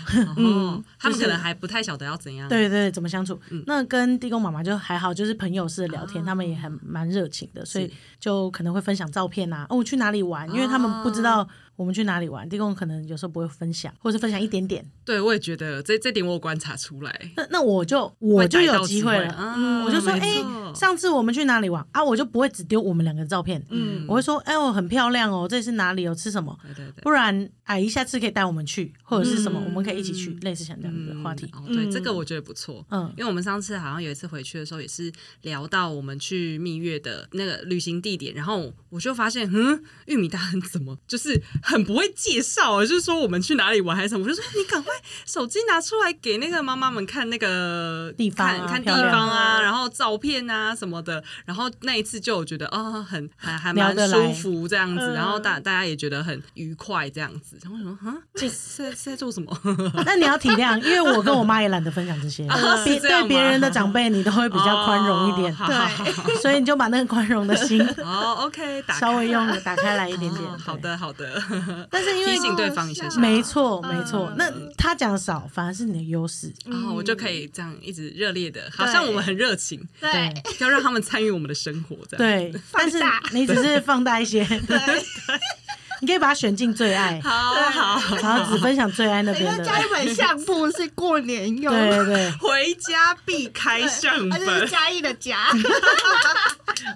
Speaker 3: 他
Speaker 1: 嗯就
Speaker 3: 们
Speaker 1: 是
Speaker 3: 可能还不太晓得要怎样。
Speaker 1: 对对，怎么相处？
Speaker 3: 嗯啊
Speaker 1: 那跟地公妈妈就还好，就是朋友式的聊天，他们也很蛮热情的，所以就可能会分享照片啊，哦，我去哪里玩，因为他们不知
Speaker 3: 啊
Speaker 1: 道我们去哪里玩，地公可能有时候不会分享，或者分享一点点。
Speaker 3: 对，我也觉得这这点我有观察出来，
Speaker 1: 那那我就我就
Speaker 3: 会逮
Speaker 1: 有
Speaker 3: 到
Speaker 1: 机
Speaker 3: 机
Speaker 1: 会了，
Speaker 3: 嗯
Speaker 1: 我就说，
Speaker 3: 没
Speaker 1: 哎、
Speaker 3: 错
Speaker 1: 上次我们去哪里玩啊？我就不会只丢我们两个照片，
Speaker 2: 嗯
Speaker 1: 我会说，哎、我很漂亮哦，这里是哪里哦，吃什么？
Speaker 3: 对对对。
Speaker 1: 不然阿姨下次可以带我们去，或者是什么，
Speaker 3: 嗯
Speaker 1: 我们可以一起去，类似像这样子的话题。
Speaker 3: 哦，对，
Speaker 2: 嗯
Speaker 3: 这个我觉得不错。
Speaker 1: 嗯
Speaker 3: 因为我们上次好像有一次回去的时候，也是聊到我们去蜜月的那个旅行地点，然后我就发现，嗯，玉米大亨怎么就是很不会介绍啊，就是说我们去哪里玩还是什么，我就说你赶快手机拿出来给那个妈妈们看那个
Speaker 1: 地方啊
Speaker 3: 看看地
Speaker 1: 漂亮
Speaker 3: 方啊，然后照片啊什么的。然后那一次就我觉得啊、很还还
Speaker 1: 聊
Speaker 3: 蛮
Speaker 1: 得来
Speaker 3: 舒服这样子，
Speaker 2: 嗯
Speaker 3: 然后大大家也觉得很愉快这样子。然后我想说，啊，这是在是在做什么？
Speaker 1: 嗯那你要体谅， 因为我跟我妈也懒得分享这些，
Speaker 3: 啊
Speaker 1: 别
Speaker 3: 是这
Speaker 1: 对
Speaker 3: 样吗
Speaker 1: 别人的长辈你都会比较宽容一点
Speaker 3: 哦，好
Speaker 2: 对
Speaker 3: 好好好
Speaker 1: 所以你就把那个宽容的心
Speaker 3: 哦，OK，打开
Speaker 1: 稍微用打开来一点点。
Speaker 3: 哦 好
Speaker 1: 对，
Speaker 3: 的好的，
Speaker 1: 但是因为
Speaker 3: 提醒对方一下下，
Speaker 1: 没错没错
Speaker 2: 嗯，
Speaker 1: 那他讲少反而是你的优势。
Speaker 3: 然哦后我就可以这样一直热烈
Speaker 1: 嗯
Speaker 3: 的，好像我们很热情，
Speaker 2: 对，
Speaker 3: 要让他们参与我们的生活，这样。
Speaker 1: 对，但
Speaker 2: 放
Speaker 1: 是
Speaker 2: 大
Speaker 1: 你只是放大一 些， 你可以把它选进最爱，
Speaker 3: 好哎好，
Speaker 1: 然后只分享最爱那
Speaker 2: 你
Speaker 1: 边
Speaker 2: 要
Speaker 1: 的。
Speaker 2: 加一本相簿是过年用，
Speaker 1: 对对对，
Speaker 3: 回家必开相
Speaker 2: 而且是
Speaker 3: 本。
Speaker 2: 嘉义的嘉，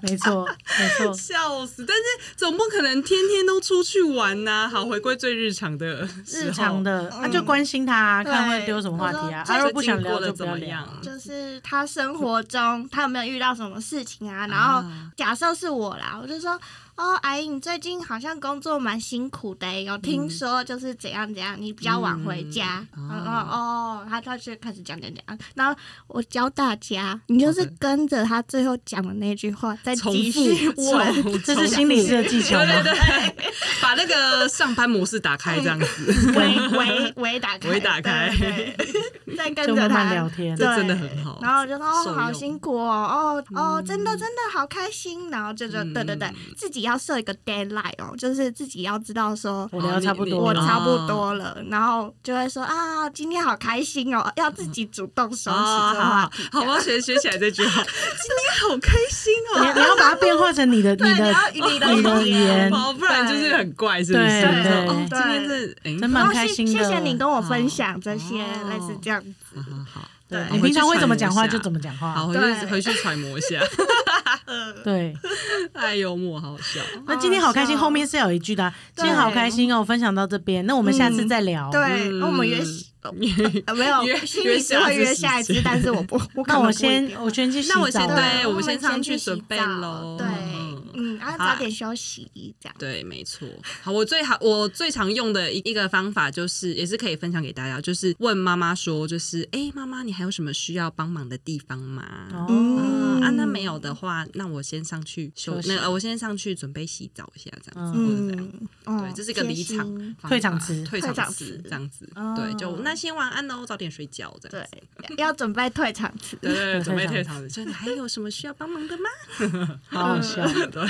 Speaker 1: 没错没 错。
Speaker 3: 笑死！但是总不可能天天都出去玩呐、好，回归最日常的时候
Speaker 1: 日常的啊，就关心他，看会丢什么话题啊。
Speaker 2: 对
Speaker 1: 啊，如果
Speaker 3: 最近
Speaker 1: 不想聊
Speaker 3: 过得
Speaker 1: 就不
Speaker 3: 怎
Speaker 1: 要
Speaker 3: 么
Speaker 1: 聊。
Speaker 3: 样？
Speaker 2: 就是他生活中他有没有遇到什么事情啊？然后假设是我啦，我就说。哦，阿姨，你最近好像工作蛮辛苦的欸耶，有听说就是怎样怎样，你比较晚回家，
Speaker 3: 嗯
Speaker 2: 然
Speaker 3: 哦
Speaker 2: 后哦，他他就开始讲讲讲，然后我教大家，你就是
Speaker 3: OK
Speaker 2: 跟着他最后讲的那句话再
Speaker 3: 重
Speaker 2: 继
Speaker 3: 复
Speaker 2: 续，问，
Speaker 3: 重
Speaker 1: 这是心理师的技巧
Speaker 3: 对对
Speaker 1: 吗？
Speaker 3: 对，把那个上班模式打开，这样
Speaker 1: 嗯
Speaker 3: 子，
Speaker 2: 围围围打开，
Speaker 3: 围打开
Speaker 2: 对，对再跟
Speaker 1: 就
Speaker 2: 着
Speaker 1: 慢慢
Speaker 2: 他
Speaker 1: 聊天
Speaker 2: 对
Speaker 3: 这真的很好。
Speaker 2: 然后我就说
Speaker 3: 受
Speaker 2: 哦，
Speaker 3: 用
Speaker 2: 好辛苦哦，哦哦，真的真的好开心。然后就就
Speaker 3: 嗯
Speaker 2: 对对对，自己要设一个 deadline 哦，就是自己要知道说
Speaker 1: 我聊得差不多
Speaker 2: 我
Speaker 1: 了
Speaker 2: 差
Speaker 3: 哦
Speaker 2: 不多了，然后就会说啊，今天好开心哦，要自己主动收起
Speaker 3: 啊，
Speaker 2: 这个
Speaker 3: 好
Speaker 2: 话
Speaker 3: 好
Speaker 2: 题。
Speaker 3: 好，我要学学起来这句话。今天好开心
Speaker 1: 你
Speaker 3: 哦，
Speaker 1: 你要把它变化成你的
Speaker 2: 对，
Speaker 1: 你的
Speaker 2: 你要你
Speaker 1: 你的
Speaker 2: 语
Speaker 1: 语言
Speaker 2: 言，
Speaker 3: 好，不然就是很怪，是不是？
Speaker 1: 对
Speaker 3: 说
Speaker 2: 对
Speaker 3: 哦，今
Speaker 2: 对
Speaker 3: 天是哎
Speaker 1: 真
Speaker 2: 然
Speaker 1: 蛮
Speaker 2: 后
Speaker 1: 开
Speaker 2: 谢
Speaker 1: 心的。
Speaker 2: 谢谢你跟我分享这些
Speaker 3: 嗯哦
Speaker 2: 类似这样子。
Speaker 3: 好好好，
Speaker 2: 对
Speaker 1: 你
Speaker 3: 好
Speaker 1: 平常会怎么讲话
Speaker 3: 回去
Speaker 1: 就怎么讲
Speaker 3: 揣摩一下好，
Speaker 1: 话。
Speaker 3: 回去
Speaker 2: 对
Speaker 3: 回去揣摩一下，
Speaker 1: 对，
Speaker 3: 太幽默，好好笑。
Speaker 1: 那今天好开心，
Speaker 2: 笑
Speaker 1: 后面是要有一句的啊。今
Speaker 2: 对
Speaker 1: 天好开心哦，分享到这边，那我们下次再聊。
Speaker 2: 对，那我们约呃呃没有
Speaker 3: 嗯 约
Speaker 2: 心理师会
Speaker 3: 约
Speaker 2: 约
Speaker 3: 下
Speaker 2: 下
Speaker 3: 一
Speaker 2: 一
Speaker 3: 次
Speaker 2: 次，但是我 不，我
Speaker 1: 那
Speaker 2: 可能
Speaker 1: 我
Speaker 2: 不一
Speaker 1: 先
Speaker 2: 定
Speaker 1: 我先去洗
Speaker 3: 那我
Speaker 1: 澡
Speaker 3: 先
Speaker 1: 了。
Speaker 3: 对我
Speaker 2: 们
Speaker 3: 先上去
Speaker 2: 洗
Speaker 3: 准备
Speaker 2: 澡
Speaker 3: 咯
Speaker 2: 对
Speaker 3: 嗯，
Speaker 2: 嗯，啊，
Speaker 3: 好
Speaker 2: 早点休息，这样。
Speaker 3: 对，没错。好，我最好我最常用的一一个方法就是，也是可以分享给大家，就是问妈妈说，就是哎，诶妈妈，你还有什么需要帮忙的地方吗？
Speaker 1: 哦
Speaker 3: 啊说啊，
Speaker 2: 嗯
Speaker 3: 那没有的话，那我先上去休
Speaker 1: 休，息
Speaker 3: 那呃个我先上去准备洗澡一下，这样啊子，或者这样。
Speaker 2: 嗯，哦
Speaker 3: 对，这是一个离场
Speaker 2: 贴心
Speaker 3: 方法
Speaker 1: 退场词
Speaker 3: 退
Speaker 2: 退
Speaker 3: 场
Speaker 2: 场
Speaker 3: 词
Speaker 2: 词
Speaker 3: 这样子
Speaker 1: 哦。
Speaker 3: 对，就那先晚安喽，哦早点睡觉这样
Speaker 2: 对
Speaker 3: 子。，
Speaker 2: 要准备退场词。
Speaker 3: 对对对，准备
Speaker 1: 退
Speaker 3: 退
Speaker 1: 场
Speaker 3: 场词，就是还有什么需要帮忙的吗？ 嗯
Speaker 1: 好好笑。
Speaker 3: 对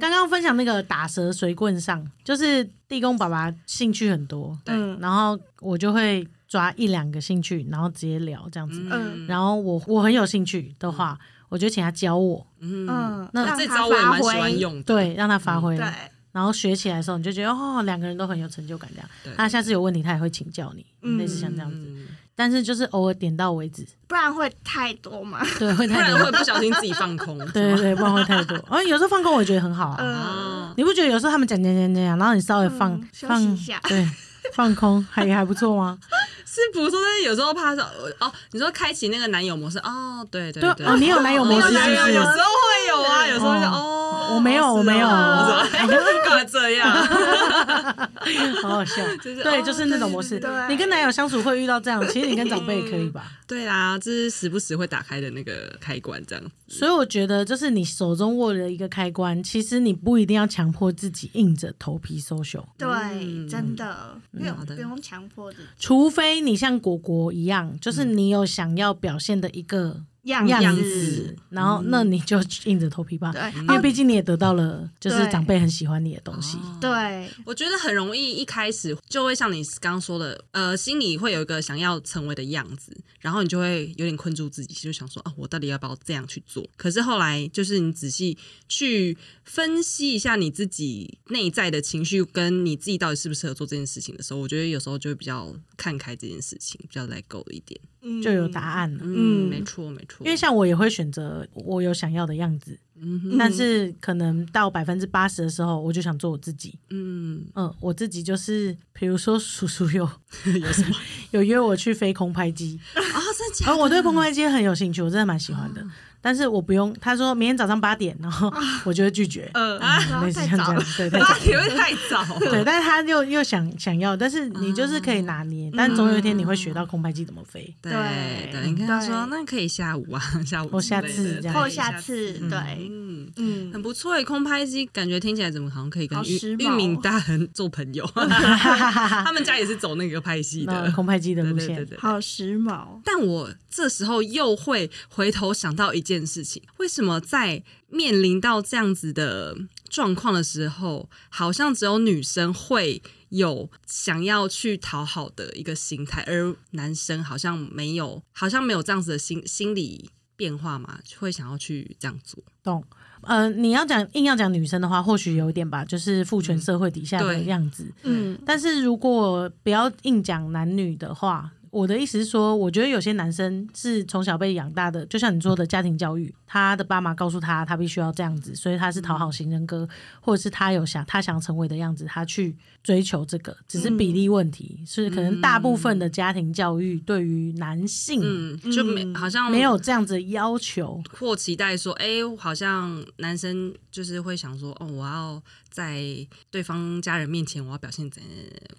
Speaker 1: 刚刚分享那个打蛇随棍上，就是地公爸爸兴趣很多，
Speaker 3: 对，
Speaker 2: 嗯
Speaker 1: 然后我就会抓一两个兴趣，然后直接聊这样子。
Speaker 3: 嗯
Speaker 1: 然后我我很有兴趣的话，我就请他教我，
Speaker 3: 嗯，
Speaker 2: 嗯，
Speaker 1: 那
Speaker 2: 让
Speaker 3: 这
Speaker 2: 他
Speaker 3: 招我也蛮
Speaker 2: 发
Speaker 3: 喜
Speaker 2: 挥。
Speaker 3: 欢用的。
Speaker 1: 对，让他
Speaker 3: 嗯
Speaker 1: 发挥，
Speaker 2: 对，
Speaker 1: 然后学起来的时候，你就觉得哦，两个人都很有成就感这样
Speaker 3: 对。
Speaker 1: 那下次有问题他也会请教你，类似像这样子。
Speaker 3: 嗯，
Speaker 1: 但是就是偶尔点到为止，
Speaker 2: 不然会太多嘛。
Speaker 1: 对，会
Speaker 3: 不
Speaker 1: 太
Speaker 3: 然
Speaker 1: 多，
Speaker 3: 会不小心自己放空。
Speaker 1: 对对对，不然会太多。而有时候放空我也觉得很好啊，
Speaker 2: 嗯，
Speaker 3: 啊，
Speaker 1: 你不觉得有时候他们讲讲讲讲，然后你稍微放
Speaker 2: 嗯休息
Speaker 1: 放
Speaker 2: 一下
Speaker 1: 对，放空还也还不错吗？
Speaker 3: 是不错，但是有时候怕说哦，你说开启那个男友模式哦，对 对
Speaker 1: 对
Speaker 3: 对，
Speaker 1: 哦，你有男友
Speaker 3: 哦
Speaker 1: 模
Speaker 3: 有
Speaker 1: 式
Speaker 3: 男友
Speaker 1: 是
Speaker 3: 有
Speaker 1: 不
Speaker 3: 时候
Speaker 1: 是？
Speaker 3: 会有啊，有时候会想
Speaker 1: 哦
Speaker 3: 哦，
Speaker 1: 我没有
Speaker 3: 是哦
Speaker 1: 我没有
Speaker 3: 我说干嘛 这样？
Speaker 1: 好好 笑，
Speaker 3: 就是
Speaker 1: 对，
Speaker 3: 哦
Speaker 1: 就是那种模式
Speaker 2: 对对对。嗯对
Speaker 1: 你跟男友相处会遇到这样，其实你跟长辈也可以吧。
Speaker 3: 对啊，这是时不时会打开的那个开关，这样。
Speaker 1: 所以我觉得，就是你手中握着一个开关，其实你不一定要强迫自己硬着头皮 social，
Speaker 2: 对，真的，不用
Speaker 3: 好的
Speaker 2: 不用强迫自己
Speaker 1: 除非你像果果一样，就是你有想要表现的一个
Speaker 2: 嗯样
Speaker 1: 样
Speaker 2: 子。
Speaker 1: 子，
Speaker 2: 嗯
Speaker 1: 啊嗯然后那你就硬着头皮吧。
Speaker 2: 对
Speaker 1: 因为毕竟你也得到了，就是
Speaker 2: 对哦
Speaker 1: 长辈很喜欢你的东西。
Speaker 2: 对，
Speaker 3: 我觉得很容易一开始就会像你刚刚说的，呃，心里会有一个想要成为的样子，然后你就会有点困住自己，就想说啊，我到底要不要这样去做？可是后来就是你仔细去分析一下你自己内在的情绪，跟你自己到底适不适合做这件事情的时候，我觉得有时候就会比较看开这件事情，比较 let go 一点。
Speaker 2: 嗯
Speaker 1: 就有答。案了。
Speaker 3: 嗯，
Speaker 2: 嗯
Speaker 3: 没错没错，
Speaker 1: 因为像我也会选择我有想要的样子，
Speaker 3: 嗯哼
Speaker 1: 但是可能到百分之八十的时候，我就想做我自己。
Speaker 3: 嗯，
Speaker 1: 嗯，我自己就是，比如说叔叔有
Speaker 3: 有什么
Speaker 1: 有约我去飞空拍机，
Speaker 3: 啊？真的假
Speaker 1: 而
Speaker 3: 的？
Speaker 1: 我对空拍机很有兴趣，我真的蛮喜欢
Speaker 3: 啊
Speaker 1: 的。但是我不用，他说明天早上八点，然后我就会拒绝。嗯
Speaker 2: 呃，然后
Speaker 1: 类似
Speaker 2: 再
Speaker 1: 像
Speaker 2: 找
Speaker 1: 这样，对 对
Speaker 3: 八点会太早哦 了。
Speaker 1: 对，但是他又又想想要，但
Speaker 3: 啊
Speaker 1: 是你就是可以拿捏，但总有一天你会学到空拍机怎么飞。
Speaker 3: 对
Speaker 2: 对
Speaker 3: 对，你看他
Speaker 2: 对
Speaker 3: 说那可以下午啊， 下午
Speaker 1: 或
Speaker 3: 之
Speaker 1: 下
Speaker 3: 类
Speaker 1: 次
Speaker 3: 的
Speaker 1: 这样
Speaker 3: 对
Speaker 2: 或下次对
Speaker 3: 嗯，
Speaker 2: 嗯，
Speaker 3: 很不错诶，空拍机感觉听起来怎么好像可以跟
Speaker 2: 好
Speaker 3: 玉
Speaker 2: 时髦
Speaker 3: 玉米大亨做朋友， 他们家也是走那个拍戏
Speaker 1: 那
Speaker 3: 的
Speaker 1: 空拍机的
Speaker 3: 对
Speaker 1: 路
Speaker 3: 对对
Speaker 1: 线，
Speaker 3: 对。
Speaker 2: 好时髦。
Speaker 3: 但我这时候又会回头想到一件事情：为什么在面临到这样子的状况的时候，好像只有女生会有想要去讨好的一个心态，而男生好像没有，好像没有这样子的心心理变化嘛，会想要去这样做。
Speaker 1: 懂？呃，你要讲硬要讲女生的话，或许有一点吧，就是父权社会底下的
Speaker 3: 对
Speaker 1: 样子。
Speaker 2: 嗯
Speaker 1: 但是如果不要硬讲男女的话，我的意思是说，我觉得有些男生是从小被养大的，就像你说的家庭教育，他的爸妈告诉他他必须要这样子，所以他是讨好型人格，或者是他有想他想成为的样子，他去追求这个，只是比例问题，是可能大部分的家庭教育对于男性
Speaker 3: 嗯，就没、
Speaker 2: 嗯
Speaker 3: 好像
Speaker 1: 没有这样子的要求。
Speaker 3: 或期待说，哎、好像男生就是会想说，哦，我要在对方家人面前，我要表现怎样，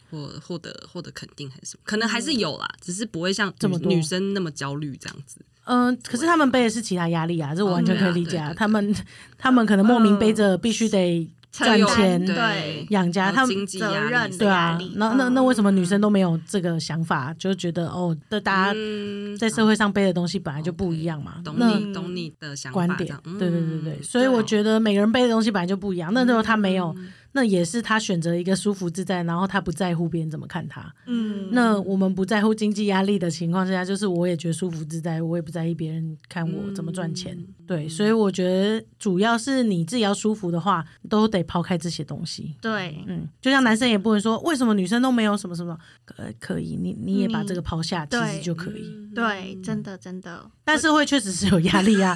Speaker 3: 或获得获得肯定还是什么，可能还是有啦，只是不会像
Speaker 1: 嗯这么
Speaker 3: 女
Speaker 1: 多
Speaker 3: 女生那么焦虑这样子。
Speaker 1: 嗯，可是他们背的是其他压力啊，这我完全可以理解啊。
Speaker 3: 哦对啊对对对
Speaker 1: 他们他们可能莫名背着必须得赚
Speaker 2: 承担
Speaker 1: 钱
Speaker 2: 对
Speaker 1: 养家，
Speaker 3: 然
Speaker 1: 啊
Speaker 3: 后
Speaker 1: 他们
Speaker 3: 经济压力
Speaker 2: 责任
Speaker 3: 什么
Speaker 1: 对
Speaker 2: 压
Speaker 1: 啊
Speaker 2: 力，
Speaker 1: 那那
Speaker 2: 嗯
Speaker 1: 那为什么女生都没有这个想法？就觉得哦，这大家
Speaker 3: 嗯，
Speaker 1: 在社会上背的东西本来就不一样嘛。
Speaker 3: 懂
Speaker 1: 那
Speaker 3: 你懂你的想法
Speaker 1: 观
Speaker 3: 这
Speaker 1: 点
Speaker 3: 样，，嗯
Speaker 1: 对对对对，所以我觉得每个人背的东西本来就不一样。那如果他没
Speaker 3: 嗯
Speaker 1: 有，那也是他选择一个舒服自在，然后他不在乎别人怎么看他。
Speaker 2: 嗯，
Speaker 1: 那我们不在乎经济压力的情况下，就是我也觉得舒服自在，我也不在意别人看我怎么赚钱。
Speaker 3: 嗯
Speaker 1: 对，所以我觉得主要是你自己要舒服的话，都得抛开这些东西。
Speaker 2: 对，
Speaker 1: 嗯，就像男生也不能说为什么女生都没有什么什么，可可以，你你也把这个抛下，其
Speaker 2: 对
Speaker 1: 实就可以。
Speaker 3: 嗯
Speaker 2: 对，真的真的，
Speaker 1: 但是会确实是有压力啊，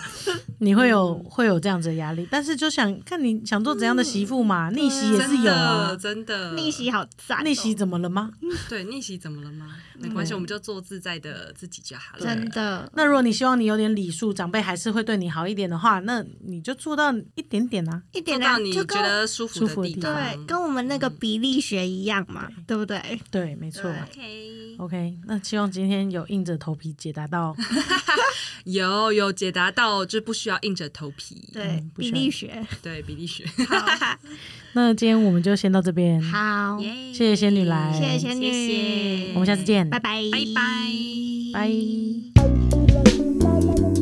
Speaker 1: 你会有会有这样子的压力，但是就想看你想做怎样的媳妇嘛，逆袭也是有啊。
Speaker 3: 真的真的
Speaker 2: 逆袭好赞哦，
Speaker 1: 逆袭怎么了吗？
Speaker 3: 对逆袭怎么了吗？没
Speaker 1: 嗯
Speaker 3: 关系，我们就做自在的自己就好了。
Speaker 2: 真的，
Speaker 1: 那如果你希望你有点礼数，长辈还是会对你好一点的话，那你就做到一点点啊。
Speaker 2: 一点
Speaker 3: 做
Speaker 2: 点
Speaker 3: 到你
Speaker 2: 就
Speaker 3: 觉
Speaker 2: 跟我
Speaker 3: 得舒服
Speaker 1: 舒服的地
Speaker 3: 的地
Speaker 1: 方
Speaker 2: 对，跟我们那个
Speaker 1: 嗯
Speaker 2: 比例学一样嘛，对不对？
Speaker 1: 对，没错。
Speaker 2: 对
Speaker 3: OK。
Speaker 1: OK，那希望今天有硬着头皮解答到
Speaker 3: 有有解答到，就不需要硬着头皮。
Speaker 2: 对
Speaker 1: 嗯，不
Speaker 2: 比
Speaker 1: 需要
Speaker 2: 例学。
Speaker 3: 对，比利学，
Speaker 1: 那今天我们就先到这边，
Speaker 2: 好，
Speaker 1: 谢谢仙女来
Speaker 2: 谢谢仙女，
Speaker 3: 谢谢
Speaker 1: 我们下次见，
Speaker 2: 拜拜，
Speaker 3: 拜拜
Speaker 1: 拜。